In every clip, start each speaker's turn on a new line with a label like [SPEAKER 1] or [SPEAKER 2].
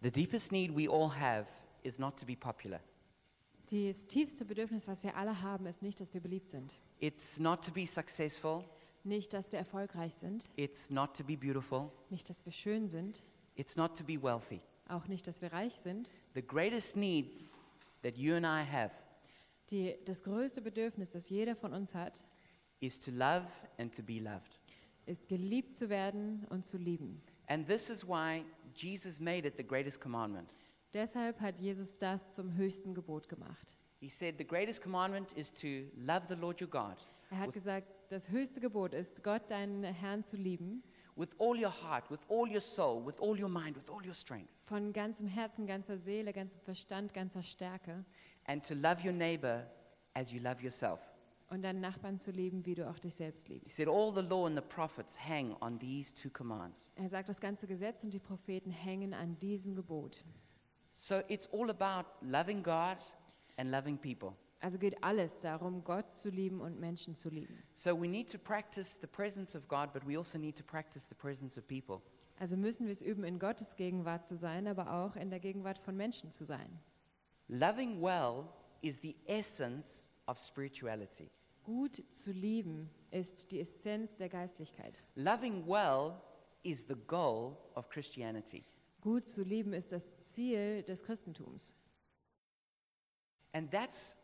[SPEAKER 1] The deepest need we all have is not to be popular.
[SPEAKER 2] Das tiefste Bedürfnis, was wir alle haben, ist nicht, dass wir beliebt sind,
[SPEAKER 1] It's not to be successful.
[SPEAKER 2] nicht, dass wir erfolgreich sind,
[SPEAKER 1] It's not to be beautiful.
[SPEAKER 2] nicht, dass wir schön sind,
[SPEAKER 1] It's not to be wealthy.
[SPEAKER 2] auch nicht, dass wir reich sind.
[SPEAKER 1] The greatest need that you and I have
[SPEAKER 2] Die, das größte Bedürfnis, das jeder von uns hat,
[SPEAKER 1] is to love and to be loved.
[SPEAKER 2] ist geliebt zu werden und zu lieben.
[SPEAKER 1] And this is why Jesus made it the greatest commandment.
[SPEAKER 2] Deshalb hat Jesus das zum höchsten Gebot gemacht.
[SPEAKER 1] He said, The greatest commandment is to love the Lord your God
[SPEAKER 2] Er hat
[SPEAKER 1] Was-
[SPEAKER 2] gesagt, das höchste Gebot ist, Gott, deinen Herrn, zu lieben,
[SPEAKER 1] with all your heart, with all your soul, with all your mind, with all your strength,
[SPEAKER 2] von ganzem Herzen, ganzer Seele, ganzem Verstand, ganzer Stärke
[SPEAKER 1] and to love your neighbor as you love yourself.
[SPEAKER 2] und deinen Nachbarn zu lieben, wie du auch dich selbst
[SPEAKER 1] He
[SPEAKER 2] liebst.
[SPEAKER 1] said, All the law and the prophets hang on these two commands.
[SPEAKER 2] Er sagt, das ganze Gesetz und die Propheten hängen an diesem Gebot.
[SPEAKER 1] So it's all about loving God and loving people.
[SPEAKER 2] Also geht alles darum, Gott zu lieben und Menschen zu lieben.
[SPEAKER 1] So we need to practice the presence of God, but we also need to practice the presence of people.
[SPEAKER 2] Also müssen wir es üben, in Gottes Gegenwart zu sein, aber auch in der Gegenwart von Menschen zu sein.
[SPEAKER 1] Loving well is the essence of spirituality.
[SPEAKER 2] Gut zu lieben ist die Essenz der Geistlichkeit.
[SPEAKER 1] Loving well is the goal of Christianity.
[SPEAKER 2] Gut zu lieben ist das Ziel des Christentums.
[SPEAKER 1] And that's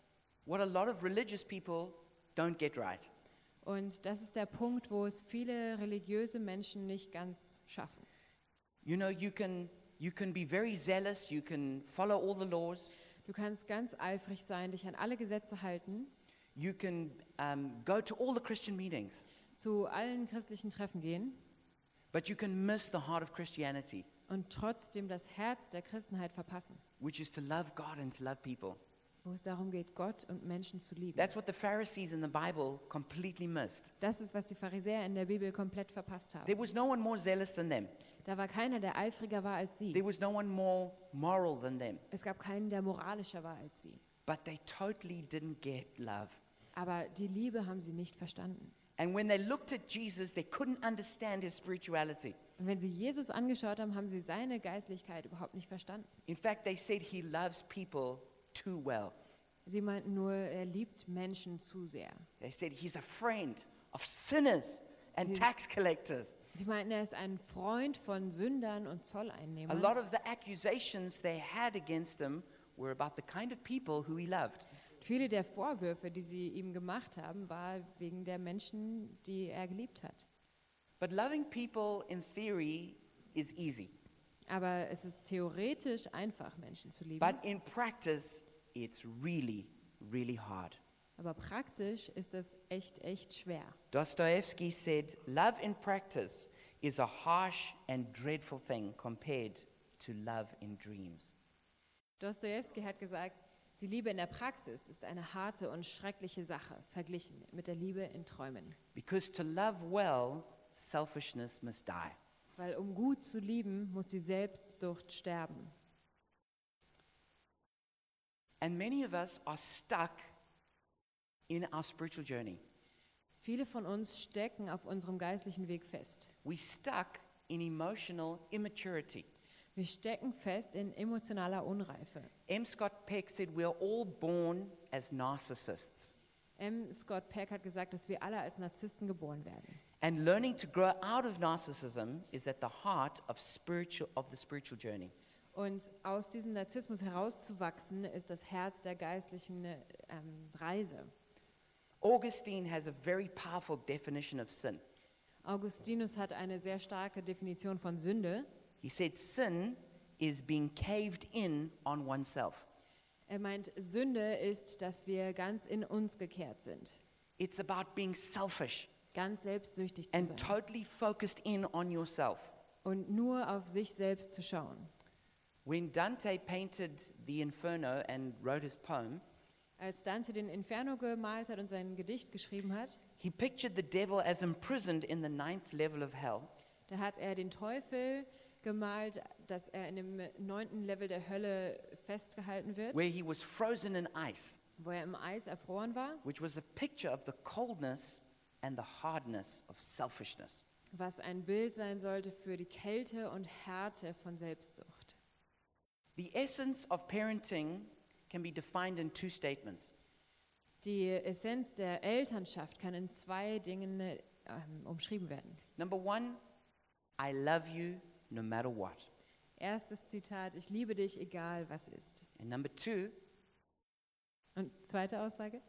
[SPEAKER 1] what a lot of religious people don't get right.
[SPEAKER 2] Und das ist der Punkt, wo es viele religiöse Menschen nicht ganz schaffen.
[SPEAKER 1] You know, you can, you can be very zealous, you can follow all the laws,
[SPEAKER 2] Du kannst ganz eifrig sein, dich an alle Gesetze halten,
[SPEAKER 1] you can um, go to all the Christian meetings,
[SPEAKER 2] zu allen christlichen Treffen gehen
[SPEAKER 1] but you can miss the heart of Christianity,
[SPEAKER 2] und trotzdem das Herz der Christenheit verpassen,
[SPEAKER 1] which is to love God and to love people.
[SPEAKER 2] wo es darum geht, Gott und Menschen zu lieben.
[SPEAKER 1] That's what the Pharisees in the Bible completely missed.
[SPEAKER 2] Das ist, was die Pharisäer in der Bibel komplett verpasst haben.
[SPEAKER 1] There was no one more zealous than them.
[SPEAKER 2] Da war keiner, der eifriger war als
[SPEAKER 1] There
[SPEAKER 2] sie.
[SPEAKER 1] was no one more moral than them.
[SPEAKER 2] Es gab keinen, der moralischer war als sie.
[SPEAKER 1] But they totally didn't get love.
[SPEAKER 2] Aber die Liebe haben sie nicht verstanden.
[SPEAKER 1] And when they looked at Jesus, they couldn't understand his spirituality.
[SPEAKER 2] Und wenn sie Jesus angeschaut haben, haben sie seine Geistlichkeit überhaupt nicht verstanden.
[SPEAKER 1] In fact, they said he loves people too well.
[SPEAKER 2] Sie meinten nur, er liebt Menschen zu sehr.
[SPEAKER 1] They said he's a friend of sinners and tax collectors.
[SPEAKER 2] Sie meinten, er ist ein Freund von Sündern
[SPEAKER 1] A
[SPEAKER 2] und
[SPEAKER 1] lot
[SPEAKER 2] Zolleinnehmern.
[SPEAKER 1] of the accusations they had against him were about the kind of people who he loved.
[SPEAKER 2] Viele der Vorwürfe, die sie ihm gemacht haben, war wegen der Menschen, die er geliebt hat.
[SPEAKER 1] But loving people, in theory, is easy.
[SPEAKER 2] Aber es ist theoretisch einfach, Menschen zu lieben.
[SPEAKER 1] But in practice, it's really, really hard.
[SPEAKER 2] Aber praktisch ist das echt, echt schwer.
[SPEAKER 1] Dostoevsky said, Love in practice is a harsh and dreadful thing compared to love in dreams.
[SPEAKER 2] Dostoevsky hat gesagt, die Liebe in der Praxis ist eine harte und schreckliche Sache, verglichen mit der Liebe in Träumen.
[SPEAKER 1] Because to love well, selfishness must die.
[SPEAKER 2] Weil um gut zu lieben, muss die Selbstsucht sterben.
[SPEAKER 1] And many of us are stuck in our spiritual journey.
[SPEAKER 2] Viele von uns stecken auf unserem geistlichen Weg fest.
[SPEAKER 1] We're stuck in emotional immaturity.
[SPEAKER 2] Wir stecken fest in emotionaler Unreife.
[SPEAKER 1] M. Scott Peck said, We're all born as narcissists.
[SPEAKER 2] M. Scott Peck hat gesagt, dass wir alle als Narzissten geboren werden.
[SPEAKER 1] And learning to grow out of narcissism is at the heart of, spiritual, of the spiritual journey.
[SPEAKER 2] Und aus diesem Narzissmus herauszuwachsen, ist das Herz der geistlichen äh, ähm, Reise.
[SPEAKER 1] Augustine has a very powerful definition of sin.
[SPEAKER 2] Augustinus hat eine sehr starke Definition von Sünde.
[SPEAKER 1] He said, Sin is being caved in on oneself.
[SPEAKER 2] Er meint, Sünde ist, dass wir ganz in uns gekehrt sind,
[SPEAKER 1] It's about being selfish
[SPEAKER 2] ganz selbstsüchtig zu
[SPEAKER 1] and
[SPEAKER 2] sein
[SPEAKER 1] totally focused in on yourself.
[SPEAKER 2] und nur auf sich selbst zu schauen.
[SPEAKER 1] When Dante painted the Inferno and wrote his poem,
[SPEAKER 2] Als Dante den Inferno gemalt hat und sein Gedicht geschrieben hat,
[SPEAKER 1] he pictured the devil as imprisoned in the ninth level of hell,
[SPEAKER 2] da hat er den Teufel gemalt, dass er in dem neunten Level der Hölle festgehalten wird,
[SPEAKER 1] where he was frozen in ice,
[SPEAKER 2] wo er im Eis erfroren war,
[SPEAKER 1] which was a picture of the coldness and the hardness of selfishness.
[SPEAKER 2] was ein Bild sein sollte für die Kälte und Härte von Selbstsucht.
[SPEAKER 1] The essence of parenting can be defined in two statements.
[SPEAKER 2] Die Essenz der Elternschaft kann in zwei Dingen äh, umschrieben werden.
[SPEAKER 1] Number one, I love you no matter what.
[SPEAKER 2] Erstes Zitat, ich liebe dich, egal was ist.
[SPEAKER 1] And number two,
[SPEAKER 2] Und zweite Aussage,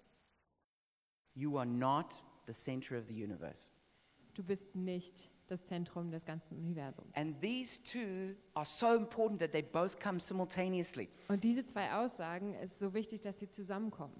[SPEAKER 1] you are not the center of the universe.
[SPEAKER 2] du bist nicht das Zentrum des ganzen Universums.
[SPEAKER 1] And these two are so important that they both come simultaneously.
[SPEAKER 2] Und diese zwei Aussagen ist so wichtig, dass die zusammenkommen.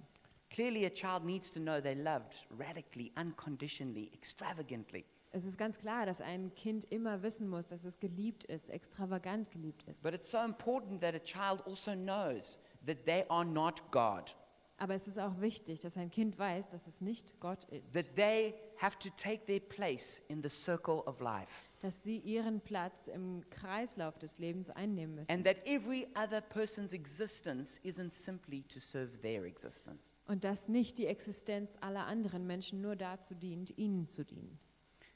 [SPEAKER 1] Clearly, a child needs to know they're loved radically, unconditionally, extravagantly.
[SPEAKER 2] Es ist ganz klar, dass ein Kind immer wissen muss, dass es geliebt ist, extravagant geliebt ist.
[SPEAKER 1] But it's so important that a child also knows that they are not God,
[SPEAKER 2] Aber es ist auch wichtig, dass ein Kind weiß, dass es nicht Gott ist,
[SPEAKER 1] that they have to take their place in the circle of life,
[SPEAKER 2] dass sie ihren Platz im Kreislauf des Lebens einnehmen
[SPEAKER 1] and
[SPEAKER 2] müssen
[SPEAKER 1] that every other person's existence isn't simply to serve their existence.
[SPEAKER 2] und dass nicht die Existenz aller anderen Menschen nur dazu dient, ihnen zu dienen.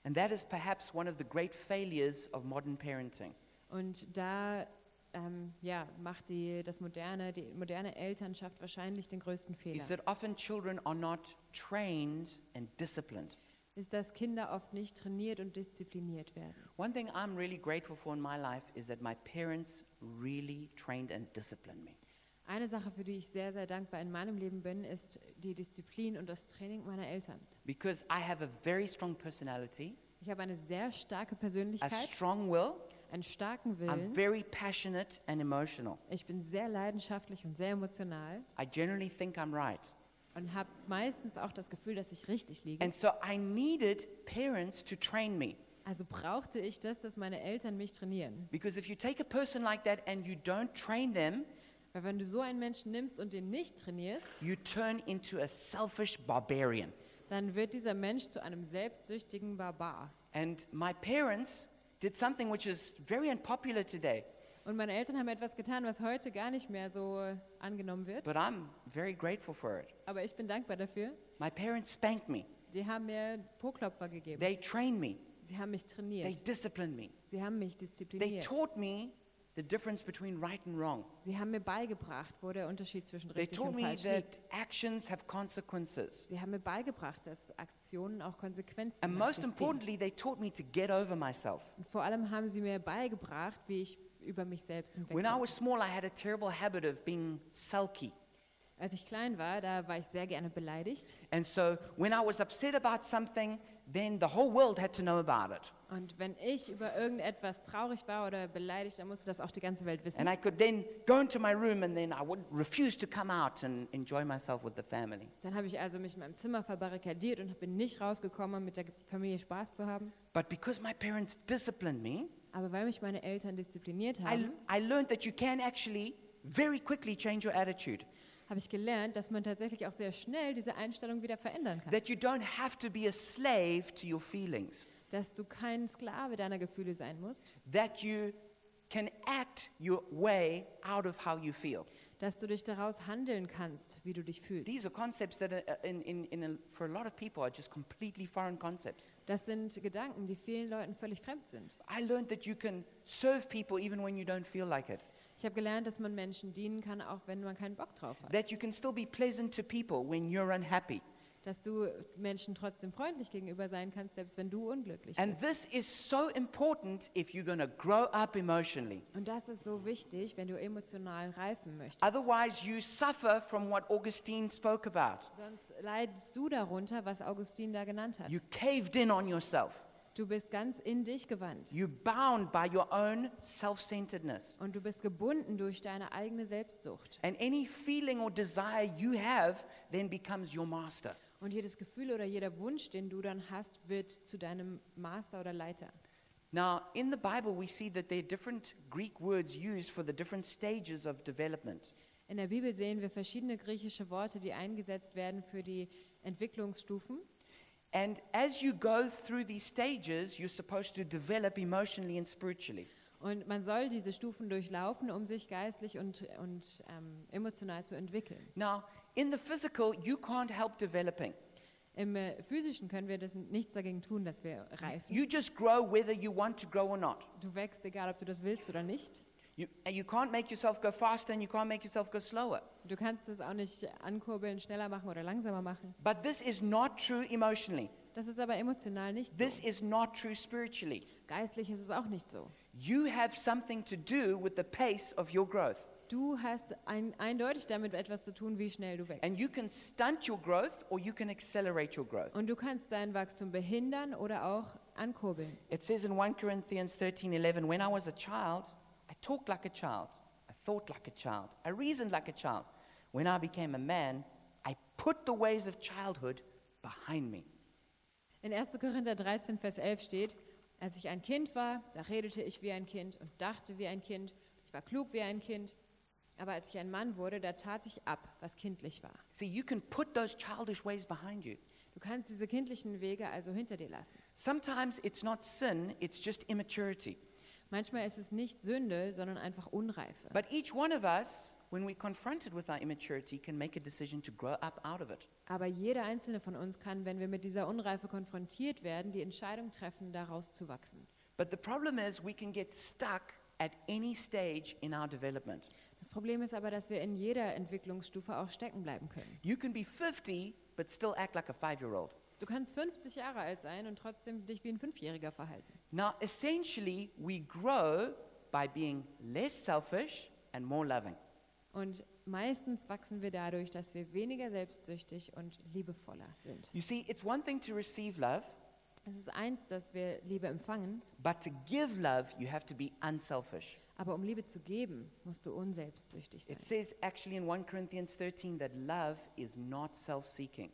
[SPEAKER 1] And that is perhaps one of the great failures of modern parenting.
[SPEAKER 2] Und da ähm, ja, macht die, das moderne, die moderne Elternschaft wahrscheinlich den größten Fehler,
[SPEAKER 1] is that often children are not trained and disciplined.
[SPEAKER 2] ist, dass Kinder oft nicht trainiert und diszipliniert werden.
[SPEAKER 1] One thing I'm really grateful for in my life is that my parents really trained and disciplined me.
[SPEAKER 2] Eine Sache, für die ich sehr, sehr dankbar in meinem Leben bin, ist die Disziplin und das Training meiner Eltern.
[SPEAKER 1] Because I have a very strong personality,
[SPEAKER 2] Ich habe eine sehr starke
[SPEAKER 1] a
[SPEAKER 2] Persönlichkeit,
[SPEAKER 1] strong will,
[SPEAKER 2] einen starken
[SPEAKER 1] I'm
[SPEAKER 2] Willen.
[SPEAKER 1] very passionate and emotional.
[SPEAKER 2] Ich bin sehr leidenschaftlich und sehr emotional
[SPEAKER 1] I generally think I'm right.
[SPEAKER 2] und habe meistens auch das Gefühl, dass ich richtig liege.
[SPEAKER 1] And so I needed parents to train me.
[SPEAKER 2] Also brauchte ich das, dass meine Eltern mich trainieren.
[SPEAKER 1] Because if you take a person like that and you don't train them,
[SPEAKER 2] Weil wenn du so einen Menschen nimmst und den nicht trainierst,
[SPEAKER 1] you turn into a selfish barbarian.
[SPEAKER 2] dann wird dieser Mensch zu einem selbstsüchtigen Barbar.
[SPEAKER 1] And my parents did something which is very unpopular today,
[SPEAKER 2] Und meine Eltern haben etwas getan, was heute gar nicht mehr so äh, angenommen wird.
[SPEAKER 1] but I'm very grateful for it.
[SPEAKER 2] Aber ich bin dankbar dafür.
[SPEAKER 1] My parents spanked me,
[SPEAKER 2] Sie haben mir Po-Klopfer gegeben.
[SPEAKER 1] they trained me,
[SPEAKER 2] Sie haben mich
[SPEAKER 1] they
[SPEAKER 2] trainiert.
[SPEAKER 1] disciplined me,
[SPEAKER 2] Sie haben mich
[SPEAKER 1] they
[SPEAKER 2] diszipliniert.
[SPEAKER 1] taught me the difference between right and wrong.
[SPEAKER 2] Sie haben mir beigebracht, wo der Unterschied zwischen
[SPEAKER 1] They
[SPEAKER 2] richtig
[SPEAKER 1] taught
[SPEAKER 2] und
[SPEAKER 1] me
[SPEAKER 2] falsch liegt.
[SPEAKER 1] that actions have consequences.
[SPEAKER 2] Sie haben mir beigebracht, dass Aktionen auch Konsequenzen
[SPEAKER 1] And
[SPEAKER 2] nach
[SPEAKER 1] most
[SPEAKER 2] sich ziehen.
[SPEAKER 1] importantly, they taught me to get over myself.
[SPEAKER 2] Und vor allem haben sie mir beigebracht, wie ich über mich selbst
[SPEAKER 1] When I
[SPEAKER 2] hinwegkomme.
[SPEAKER 1] was small, I had a terrible habit of being sulky.
[SPEAKER 2] Als ich klein war, da war ich sehr gerne beleidigt.
[SPEAKER 1] And so when I was upset about something, then the whole world had to know about it.
[SPEAKER 2] Und wenn ich über irgendetwas traurig war oder beleidigt, dann musste das auch die ganze Welt wissen.
[SPEAKER 1] And I could then go into my room and then I would refuse to come out and enjoy myself with the family.
[SPEAKER 2] Dann habe ich also mich in meinem Zimmer verbarrikadiert und bin nicht rausgekommen, um mit der Familie Spaß zu haben.
[SPEAKER 1] But because my parents disciplined me,
[SPEAKER 2] Aber weil mich meine Eltern diszipliniert
[SPEAKER 1] I,
[SPEAKER 2] haben,
[SPEAKER 1] I learned that you can actually very quickly change your attitude.
[SPEAKER 2] habe ich gelernt, dass man tatsächlich auch sehr schnell diese Einstellung wieder verändern kann.
[SPEAKER 1] That you don't have to be a slave to your feelings.
[SPEAKER 2] Dass du kein Sklave deiner Gefühle sein musst.
[SPEAKER 1] That you can act your way out of how you feel.
[SPEAKER 2] dass du dich daraus handeln kannst, wie du dich fühlst.
[SPEAKER 1] These are concepts that are, uh, in, in, in a, for a lot of people are just completely foreign concepts.
[SPEAKER 2] Das sind Gedanken, die vielen Leuten völlig fremd sind.
[SPEAKER 1] I learned that you can serve people even when you don't feel like it.
[SPEAKER 2] Ich habe gelernt, dass man Menschen dienen kann, auch wenn man keinen Bock drauf hat.
[SPEAKER 1] That you can still be pleasant to people when you're unhappy.
[SPEAKER 2] Dass du Menschen trotzdem freundlich gegenüber sein kannst, selbst wenn du unglücklich
[SPEAKER 1] And
[SPEAKER 2] bist.
[SPEAKER 1] this is so important if you're going to grow up emotionally.
[SPEAKER 2] Und das ist so wichtig, wenn du emotional reifen möchtest.
[SPEAKER 1] Otherwise, you suffer from what Augustine spoke about.
[SPEAKER 2] Sonst leidest du darunter, was Augustin da genannt hat.
[SPEAKER 1] You caved in on yourself.
[SPEAKER 2] Du bist ganz in dich gewandt.
[SPEAKER 1] You're bound by your own self centeredness.
[SPEAKER 2] Und du bist gebunden durch deine eigene Selbstsucht.
[SPEAKER 1] And any feeling or desire you have then becomes your master.
[SPEAKER 2] Und jedes Gefühl oder jeder Wunsch, den du dann hast, wird zu deinem Master oder Leiter.
[SPEAKER 1] Now, in the Bible, we see that there are different Greek words used for the different stages of development.
[SPEAKER 2] In der Bibel sehen wir verschiedene griechische Worte, die eingesetzt werden für die Entwicklungsstufen.
[SPEAKER 1] And as you go through these stages, you're supposed to develop emotionally and spiritually.
[SPEAKER 2] Und man soll diese Stufen durchlaufen, um sich geistlich und, und ähm, emotional zu entwickeln.
[SPEAKER 1] Now, in the physical, you can't help developing.
[SPEAKER 2] Im äh, Physischen können wir das nichts dagegen tun, dass wir reifen.
[SPEAKER 1] You just grow whether you want to grow or not.
[SPEAKER 2] Du wächst, egal ob du das willst oder nicht.
[SPEAKER 1] You, and you can't make yourself go faster and you can't make yourself go slower.
[SPEAKER 2] Du kannst es auch nicht ankurbeln, schneller machen oder langsamer machen.
[SPEAKER 1] But this is not true emotionally.
[SPEAKER 2] Das ist aber emotional nicht so.
[SPEAKER 1] This is not true spiritually.
[SPEAKER 2] Geistlich ist es auch nicht so.
[SPEAKER 1] You have something to do with the pace of your growth.
[SPEAKER 2] Du hast ein, eindeutig damit etwas zu tun, wie schnell du
[SPEAKER 1] And
[SPEAKER 2] wächst.
[SPEAKER 1] you can stunt your growth or you can accelerate your growth.
[SPEAKER 2] Und du kannst dein Wachstum behindern oder auch ankurbeln.
[SPEAKER 1] It says in 1 Corinthians 13 11, when I was a child, I talked like a child, I thought like a child, I reasoned like a child. When I became a man, I put the ways of childhood behind me.
[SPEAKER 2] In 1. Korinther 13, Vers 11 steht, als ich ein Kind war, da redete ich wie ein Kind und dachte wie ein Kind, ich war klug wie ein Kind, aber als ich ein Mann wurde, da tat ich ab, was kindlich war.
[SPEAKER 1] See, you can put those childish ways behind you.
[SPEAKER 2] Du kannst diese kindlichen Wege also hinter dir lassen.
[SPEAKER 1] Sometimes it's not sin, it's just immaturity.
[SPEAKER 2] Manchmal ist es nicht Sünde, sondern einfach Unreife.
[SPEAKER 1] But each one of us, when we're confronted with our immaturity, can make a decision to grow up out of it.
[SPEAKER 2] Aber jeder einzelne von uns kann, wenn wir mit dieser Unreife konfrontiert werden, die Entscheidung treffen, daraus zu wachsen.
[SPEAKER 1] But the problem is, we can get stuck at any stage in our development.
[SPEAKER 2] Das Problem ist aber, dass wir in jeder Entwicklungsstufe auch stecken bleiben können.
[SPEAKER 1] You can be 50, but still act like a five year old.
[SPEAKER 2] Du kannst 50 Jahre alt sein und trotzdem dich wie ein Fünfjähriger verhalten.
[SPEAKER 1] Now, essentially, we grow by being less selfish and more loving.
[SPEAKER 2] Und meistens wachsen wir dadurch, dass wir weniger selbstsüchtig und liebevoller sind.
[SPEAKER 1] You see, it's one thing to receive love,
[SPEAKER 2] Es ist eins, dass wir Liebe empfangen,
[SPEAKER 1] but to give love, you have to be unselfish.
[SPEAKER 2] aber um Liebe zu geben, musst du unselbstsüchtig sein.
[SPEAKER 1] It says actually in 1 Corinthians 13 that love is not self seeking.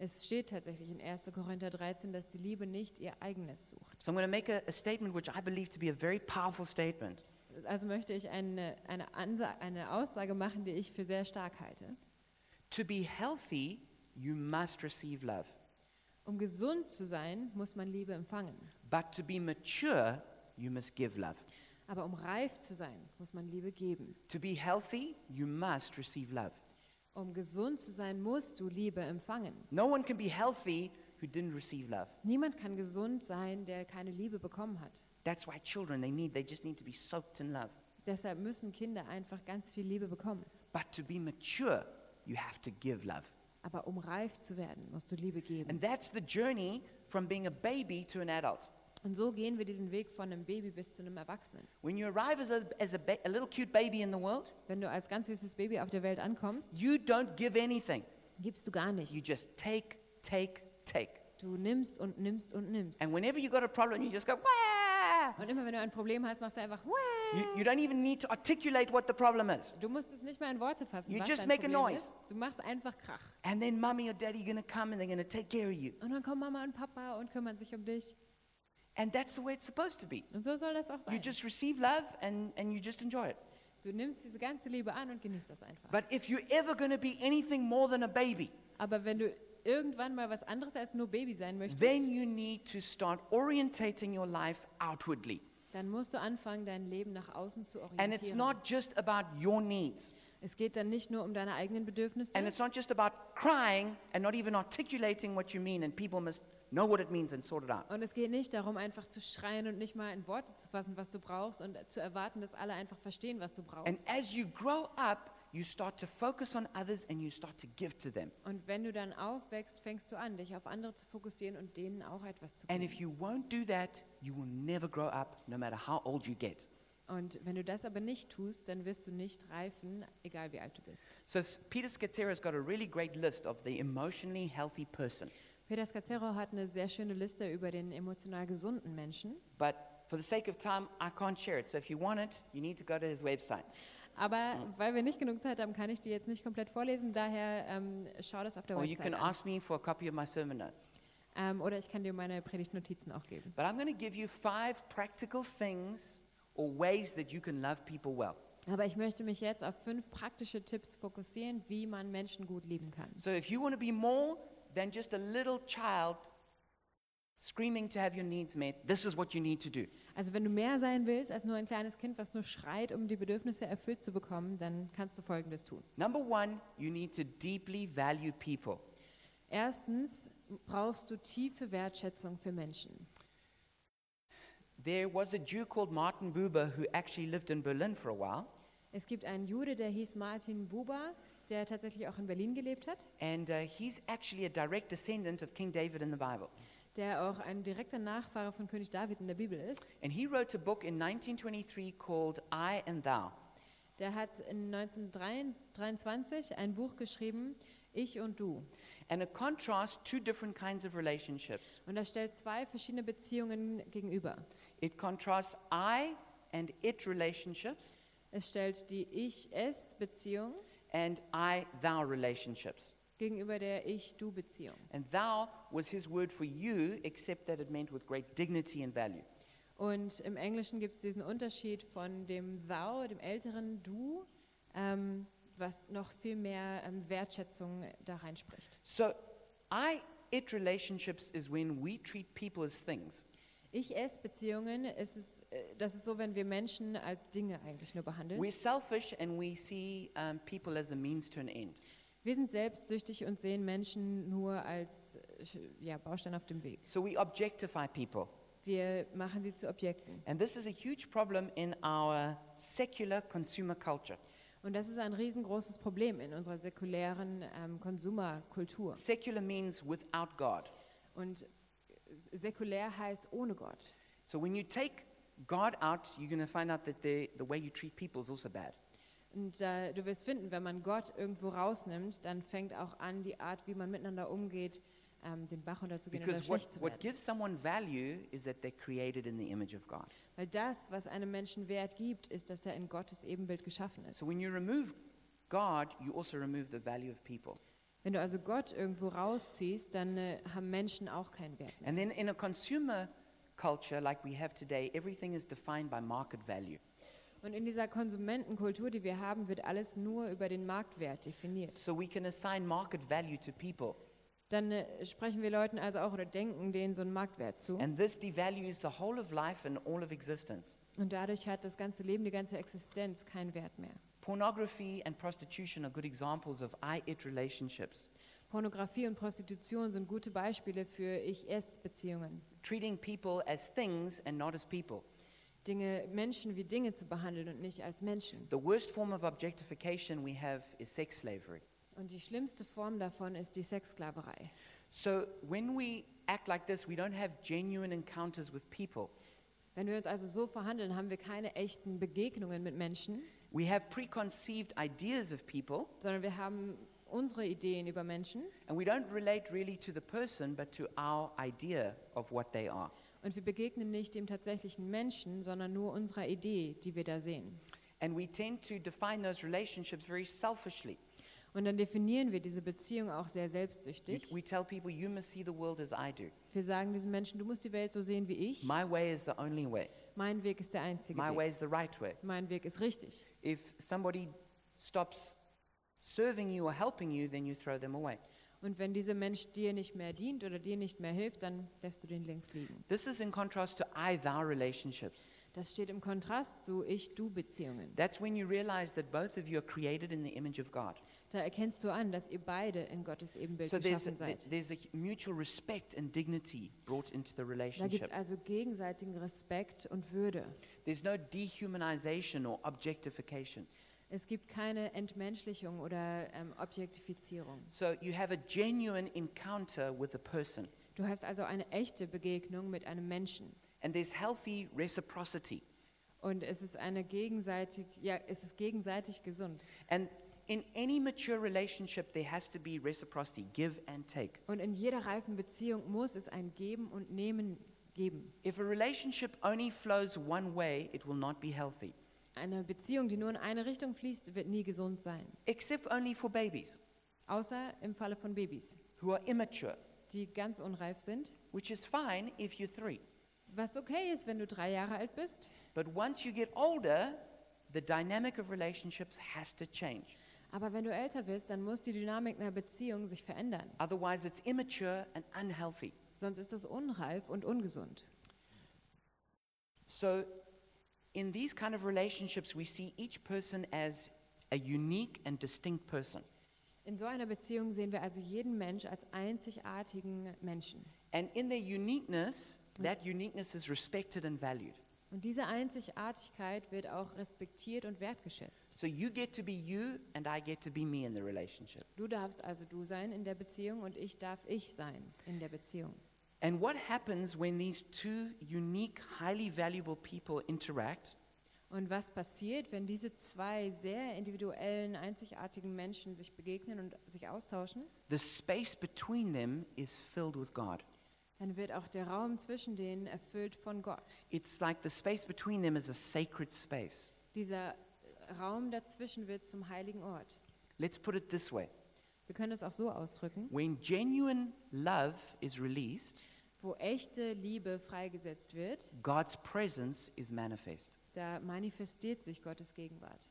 [SPEAKER 2] Es steht tatsächlich in 1. Korinther 13, dass die Liebe nicht ihr eigenes sucht.
[SPEAKER 1] So I'm going to make a, a statement which I believe to be a very powerful statement.
[SPEAKER 2] Also möchte ich eine, eine, Ansa eine Aussage machen, die ich für sehr stark halte.
[SPEAKER 1] To be healthy, you must receive love.
[SPEAKER 2] Um gesund zu sein, muss man Liebe empfangen.
[SPEAKER 1] But to be mature, you must give love.
[SPEAKER 2] Aber um reif zu sein, muss man Liebe geben.
[SPEAKER 1] To be healthy, you must receive love.
[SPEAKER 2] Um gesund zu sein, musst du Liebe empfangen.
[SPEAKER 1] No one can be healthy who didn't receive love.
[SPEAKER 2] Niemand kann gesund sein, der keine Liebe bekommen hat.
[SPEAKER 1] That's why children, they need, they just need to be soaked in love.
[SPEAKER 2] Deshalb müssen Kinder einfach ganz viel Liebe bekommen.
[SPEAKER 1] But to be mature, you have to give love.
[SPEAKER 2] Aber um reif zu werden, musst du Liebe geben.
[SPEAKER 1] And that's the journey from being a baby to an adult.
[SPEAKER 2] Und so gehen wir diesen Weg von einem Baby bis zu einem Erwachsenen.
[SPEAKER 1] When you arrive as a, as a, ba- a little cute baby in the world,
[SPEAKER 2] Wenn du als ganz süßes Baby auf der Welt ankommst,
[SPEAKER 1] you don't give anything.
[SPEAKER 2] gibst du gar nichts.
[SPEAKER 1] You just take, take, take.
[SPEAKER 2] Du nimmst und nimmst und nimmst.
[SPEAKER 1] And whenever you got a problem, you just go, Wah!
[SPEAKER 2] Und immer wenn du ein Problem hast, machst du einfach "Wah!"
[SPEAKER 1] You, you don't even need to articulate what the problem is.
[SPEAKER 2] Du musst es nicht mal in Worte fassen,
[SPEAKER 1] You
[SPEAKER 2] was
[SPEAKER 1] just
[SPEAKER 2] dein
[SPEAKER 1] make a
[SPEAKER 2] Problem
[SPEAKER 1] noise.
[SPEAKER 2] ist. Du machst einfach Krach.
[SPEAKER 1] And then mommy or daddy are going to come and they're going to take care of you.
[SPEAKER 2] Und dann kommen Mama und Papa und kümmern sich um dich.
[SPEAKER 1] And that's the way it's supposed to be.
[SPEAKER 2] Und so soll das auch sein.
[SPEAKER 1] You just receive love and, and you just enjoy it.
[SPEAKER 2] Du nimmst diese ganze Liebe an und genießt das einfach.
[SPEAKER 1] But if you're ever going to be anything more than a baby,
[SPEAKER 2] Aber wenn du irgendwann mal was anderes als nur Baby sein möchtest,
[SPEAKER 1] then you need to start orientating your life outwardly.
[SPEAKER 2] dann musst du anfangen, dein Leben nach außen zu orientieren.
[SPEAKER 1] And it's not just about your needs.
[SPEAKER 2] es geht dann nicht nur um deine eigenen Bedürfnisse
[SPEAKER 1] And it's not just about crying and not even articulating what you mean, and people must know what it means and sort it out.
[SPEAKER 2] und es geht nicht darum, einfach zu schreien und nicht mal in Worte zu fassen, was du brauchst und zu erwarten, dass alle einfach verstehen, was du
[SPEAKER 1] And
[SPEAKER 2] brauchst.
[SPEAKER 1] as you grow up, you start to focus on others and you start to give to them.
[SPEAKER 2] Und wenn du dann aufwächst, fängst du an, dich auf andere zu fokussieren und denen auch etwas zu
[SPEAKER 1] And
[SPEAKER 2] geben.
[SPEAKER 1] if you won't do that, you will never grow up, no matter how old you get.
[SPEAKER 2] Und wenn du das aber nicht tust, dann wirst du nicht reifen, egal wie alt du bist.
[SPEAKER 1] So s- Peter Scazzera's got a really great list of the emotionally healthy person.
[SPEAKER 2] Peter Scazzero hat eine sehr schöne Liste über den emotional gesunden Menschen.
[SPEAKER 1] But for the sake of time, I can't share it. So if you want it, you need to go to his website.
[SPEAKER 2] Aber weil wir nicht genug Zeit haben, kann ich die jetzt nicht komplett vorlesen. Daher ähm, schau das auf der
[SPEAKER 1] Or you
[SPEAKER 2] Website
[SPEAKER 1] can
[SPEAKER 2] an.
[SPEAKER 1] ask me for a copy of my sermon notes.
[SPEAKER 2] Ähm, oder ich kann dir meine Predigtnotizen auch geben.
[SPEAKER 1] But I'm going to give you five practical things or ways that you can love people well.
[SPEAKER 2] Aber ich möchte mich jetzt auf fünf praktische Tipps fokussieren, wie man Menschen gut lieben kann.
[SPEAKER 1] So if you want to be more than just a little child screaming to have your needs met, this is what you need to do.
[SPEAKER 2] Also wenn du mehr sein willst als nur ein kleines Kind, was nur schreit, um die Bedürfnisse erfüllt zu bekommen, dann kannst du Folgendes tun.
[SPEAKER 1] Number one, you need to deeply value people.
[SPEAKER 2] Erstens brauchst du tiefe Wertschätzung für Menschen.
[SPEAKER 1] There was a Jew called Martin Buber who actually lived in Berlin for a while,
[SPEAKER 2] Es gibt einen Jude, der hieß Martin Buber, der tatsächlich auch in Berlin gelebt hat,
[SPEAKER 1] and uh, he's actually a direct descendant of King David in the Bible.
[SPEAKER 2] der auch ein direkter Nachfahre von König David in der Bibel ist.
[SPEAKER 1] And he wrote a book in 1923 called I and Thou.
[SPEAKER 2] Der hat in 1923 ein Buch geschrieben, Ich und Du.
[SPEAKER 1] And it contrasts two different kinds of relationships.
[SPEAKER 2] Und das stellt zwei verschiedene Beziehungen gegenüber.
[SPEAKER 1] It contrasts I and it relationships
[SPEAKER 2] Es stellt die Ich-Es-Beziehung
[SPEAKER 1] and I thou relationships.
[SPEAKER 2] gegenüber der Ich-Du-Beziehung.
[SPEAKER 1] And thou was his word for you, except that it meant with great dignity and value.
[SPEAKER 2] Und im Englischen gibt es diesen Unterschied von dem Thou, dem älteren Du, ähm, was noch viel mehr ähm, Wertschätzung da reinspricht.
[SPEAKER 1] So I it relationships is when we treat people as things.
[SPEAKER 2] Ich-Es-Beziehungen, es ist, äh, das ist so, wenn wir Menschen als Dinge eigentlich nur behandeln.
[SPEAKER 1] We're selfish and we see um, people as a means to an end.
[SPEAKER 2] Wir sind selbstsüchtig und sehen Menschen nur als äh, ja, Baustein auf dem Weg.
[SPEAKER 1] So we objectify people.
[SPEAKER 2] Wir machen sie zu Objekten.
[SPEAKER 1] And this is a huge problem in our secular consumer culture.
[SPEAKER 2] Und das ist ein riesengroßes Problem in unserer säkulären ähm, Konsumerkultur.
[SPEAKER 1] Secular means without God.
[SPEAKER 2] Und äh, säkulär heißt ohne Gott.
[SPEAKER 1] So when you take God out, you're going to find out that the, the way you treat people is also bad.
[SPEAKER 2] Und äh, du wirst finden, wenn man Gott irgendwo rausnimmt, dann fängt auch an, die Art, wie man miteinander umgeht, ähm, den Bach runterzugehen oder
[SPEAKER 1] Because
[SPEAKER 2] schlecht
[SPEAKER 1] what,
[SPEAKER 2] zu
[SPEAKER 1] what
[SPEAKER 2] werden.
[SPEAKER 1] gives someone value is that they're created in the image of God.
[SPEAKER 2] Weil das, was einem Menschen Wert gibt, ist, dass er in Gottes Ebenbild geschaffen ist.
[SPEAKER 1] So when you remove God, you also remove the value of people.
[SPEAKER 2] Wenn du also Gott irgendwo rausziehst, dann äh, haben Menschen auch keinen Wert mehr.
[SPEAKER 1] And then in a consumer culture like we have today, everything is defined by market value.
[SPEAKER 2] Und in dieser Konsumentenkultur, die wir haben, wird alles nur über den Marktwert definiert.
[SPEAKER 1] So we can assign market value to people.
[SPEAKER 2] Dann äh, sprechen wir Leuten also auch oder denken denen so einen Marktwert zu.
[SPEAKER 1] And this devalues the whole of life and all of existence.
[SPEAKER 2] Und dadurch hat das ganze Leben, die ganze Existenz keinen Wert mehr.
[SPEAKER 1] Pornography and prostitution are good examples of I it relationships.
[SPEAKER 2] Pornografie und Prostitution sind gute Beispiele für Ich-Es-Beziehungen.
[SPEAKER 1] Treating people as things and not as people.
[SPEAKER 2] Dinge, Menschen wie Dinge zu behandeln und nicht als Menschen.
[SPEAKER 1] The worst form of objectification we have is sex slavery.
[SPEAKER 2] Und die schlimmste Form davon ist die Sexsklaverei.
[SPEAKER 1] So when we act like this, we don't have genuine encounters with people.
[SPEAKER 2] Wenn wir uns also so verhandeln, haben wir keine echten Begegnungen mit Menschen,
[SPEAKER 1] We have preconceived ideas of people,
[SPEAKER 2] sondern wir haben unsere Ideen über Menschen
[SPEAKER 1] and we don't relate really to the person, but to our idea of what they are.
[SPEAKER 2] und wir begegnen nicht dem tatsächlichen Menschen, sondern nur unserer Idee, die wir da sehen.
[SPEAKER 1] And we tend to define those relationships very selfishly.
[SPEAKER 2] Und dann definieren wir diese Beziehung auch sehr
[SPEAKER 1] We,
[SPEAKER 2] selbstsüchtig.
[SPEAKER 1] we tell people, you must see the world as I do.
[SPEAKER 2] Wir sagen diesen Menschen, du musst die Welt so sehen wie ich.
[SPEAKER 1] My way is the only way.
[SPEAKER 2] Mein Weg ist der einzige
[SPEAKER 1] My
[SPEAKER 2] Weg.
[SPEAKER 1] way is the right way.
[SPEAKER 2] Mein Weg ist richtig.
[SPEAKER 1] If somebody stops serving you or helping you, then you throw them away.
[SPEAKER 2] Und wenn dieser Mensch dir nicht mehr dient oder dir nicht mehr hilft, dann lässt du den links liegen.
[SPEAKER 1] This is in contrast to I thou relationships.
[SPEAKER 2] Das steht im Kontrast zu Ich-Du-Beziehungen.
[SPEAKER 1] That's when you realize that both of you are created in the image of God.
[SPEAKER 2] Da erkennst du an, dass ihr beide in Gottes Ebenbild
[SPEAKER 1] So there's a,
[SPEAKER 2] geschaffen seid.
[SPEAKER 1] there's a mutual respect and dignity brought into the
[SPEAKER 2] Da gibt es
[SPEAKER 1] relationship.
[SPEAKER 2] also gegenseitigen Respekt und Würde.
[SPEAKER 1] There's no dehumanization or objectification.
[SPEAKER 2] Es gibt keine Entmenschlichung oder ähm, Objektifizierung.
[SPEAKER 1] So you have a genuine encounter with a person,
[SPEAKER 2] Du hast also eine echte Begegnung mit einem Menschen.
[SPEAKER 1] and there's healthy reciprocity.
[SPEAKER 2] Und es ist eine gegenseitig, ja, es ist gegenseitig gesund.
[SPEAKER 1] And in any mature relationship, there has to be reciprocity, give and take.
[SPEAKER 2] Und in jeder reifen Beziehung muss es ein Geben und Nehmen geben.
[SPEAKER 1] If a relationship only flows one way, it will not be healthy,
[SPEAKER 2] Eine Beziehung, die nur in eine Richtung fließt, wird nie gesund sein.
[SPEAKER 1] except only for babies
[SPEAKER 2] Außer im Falle von Babys,
[SPEAKER 1] who are immature,
[SPEAKER 2] die ganz unreif sind.
[SPEAKER 1] which is fine if you're three.
[SPEAKER 2] Was okay ist, wenn du drei Jahre alt bist.
[SPEAKER 1] But once you get older, the dynamic of relationships has to change.
[SPEAKER 2] Aber wenn du älter wirst, dann muss die Dynamik einer Beziehung sich verändern.
[SPEAKER 1] Otherwise, it's immature and unhealthy.
[SPEAKER 2] Sonst ist das unreif und ungesund.
[SPEAKER 1] So, in these kind of relationships, we see each person as a unique and distinct person.
[SPEAKER 2] In so einer Beziehung sehen wir also jeden Mensch als einzigartigen Menschen.
[SPEAKER 1] And in their uniqueness, That uniqueness is respected and valued.
[SPEAKER 2] Und diese Einzigartigkeit wird auch respektiert und wertgeschätzt.
[SPEAKER 1] So you get to be you, and I get to be me in the relationship.
[SPEAKER 2] Du darfst also du sein in der Beziehung und ich darf ich sein in der Beziehung.
[SPEAKER 1] And what happens when these two unique, highly valuable people interact
[SPEAKER 2] Und was passiert, wenn diese zwei sehr individuellen, einzigartigen Menschen sich begegnen und sich austauschen?
[SPEAKER 1] The space between them is filled with God.
[SPEAKER 2] Dann wird auch der Raum zwischen denen erfüllt von Gott.
[SPEAKER 1] It's like the space between them is a sacred space.
[SPEAKER 2] Dieser äh, Raum dazwischen wird zum heiligen Ort.
[SPEAKER 1] Let's put it this way
[SPEAKER 2] Wir können es auch so ausdrücken,
[SPEAKER 1] when genuine love is released,
[SPEAKER 2] wo echte Liebe freigesetzt wird,
[SPEAKER 1] God's presence is manifest.
[SPEAKER 2] da manifestiert sich Gottes Gegenwart.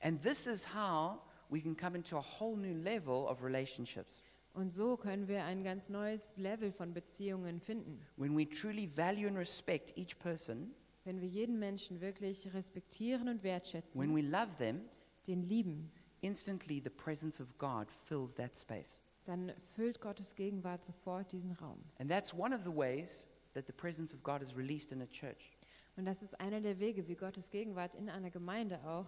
[SPEAKER 1] And this is how we can come into a whole new level of relationships.
[SPEAKER 2] Und so können wir ein ganz neues Level von Beziehungen finden,
[SPEAKER 1] When we truly value and respect each person,
[SPEAKER 2] wenn wir jeden Menschen wirklich respektieren und wertschätzen,
[SPEAKER 1] when we love them,
[SPEAKER 2] den lieben,
[SPEAKER 1] instantly the presence of God fills that space.
[SPEAKER 2] dann füllt Gottes Gegenwart sofort diesen Raum.
[SPEAKER 1] And that's one of the ways that the presence of God is released in a church.
[SPEAKER 2] Und das ist einer der Wege, wie Gottes Gegenwart in einer Gemeinde auch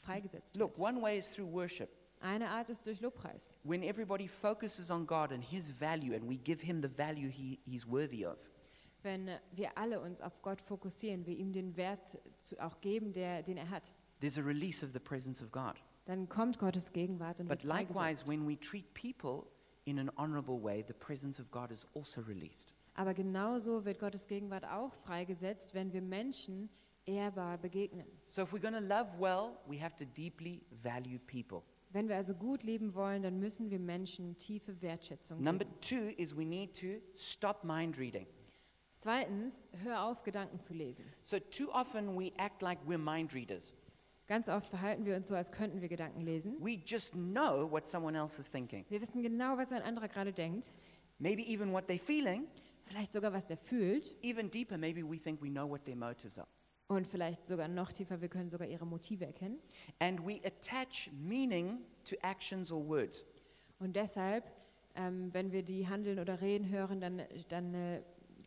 [SPEAKER 2] freigesetzt
[SPEAKER 1] Look,
[SPEAKER 2] wird.
[SPEAKER 1] one way is through worship.
[SPEAKER 2] Eine Art ist durch Lobpreis,
[SPEAKER 1] When everybody focuses on God and His value, and we give Him the value he, He's worthy of.
[SPEAKER 2] wenn wir alle uns auf Gott fokussieren, wir ihm den Wert zu, auch geben, der, den er hat.
[SPEAKER 1] There's a release of the presence of God.
[SPEAKER 2] Dann kommt Gottes Gegenwart und wird
[SPEAKER 1] But likewise,
[SPEAKER 2] freigesetzt.
[SPEAKER 1] when we treat people in an honorable way, the presence of God is also released.
[SPEAKER 2] Aber genauso wird Gottes Gegenwart auch freigesetzt, wenn wir Menschen ehrbar begegnen.
[SPEAKER 1] So if we're going to love well, we have to deeply value people.
[SPEAKER 2] Wenn wir also gut leben wollen, dann müssen wir Menschen tiefe Wertschätzung
[SPEAKER 1] Number
[SPEAKER 2] geben.
[SPEAKER 1] two is we need to stop mind reading.
[SPEAKER 2] Zweitens, hör auf, Gedanken zu lesen.
[SPEAKER 1] So too often we act like we're mind readers.
[SPEAKER 2] Ganz oft verhalten wir uns so, als könnten wir Gedanken lesen.
[SPEAKER 1] We just know what someone else is thinking,
[SPEAKER 2] Wir wissen genau, was ein anderer gerade denkt,
[SPEAKER 1] maybe even what they're feeling.
[SPEAKER 2] vielleicht sogar, was der fühlt
[SPEAKER 1] Even deeper, maybe we think we know what their motives are.
[SPEAKER 2] und vielleicht sogar noch tiefer, wir können sogar ihre Motive erkennen.
[SPEAKER 1] And we attach meaning to actions or words.
[SPEAKER 2] Und deshalb, ähm, wenn wir die handeln oder reden hören, dann, dann äh,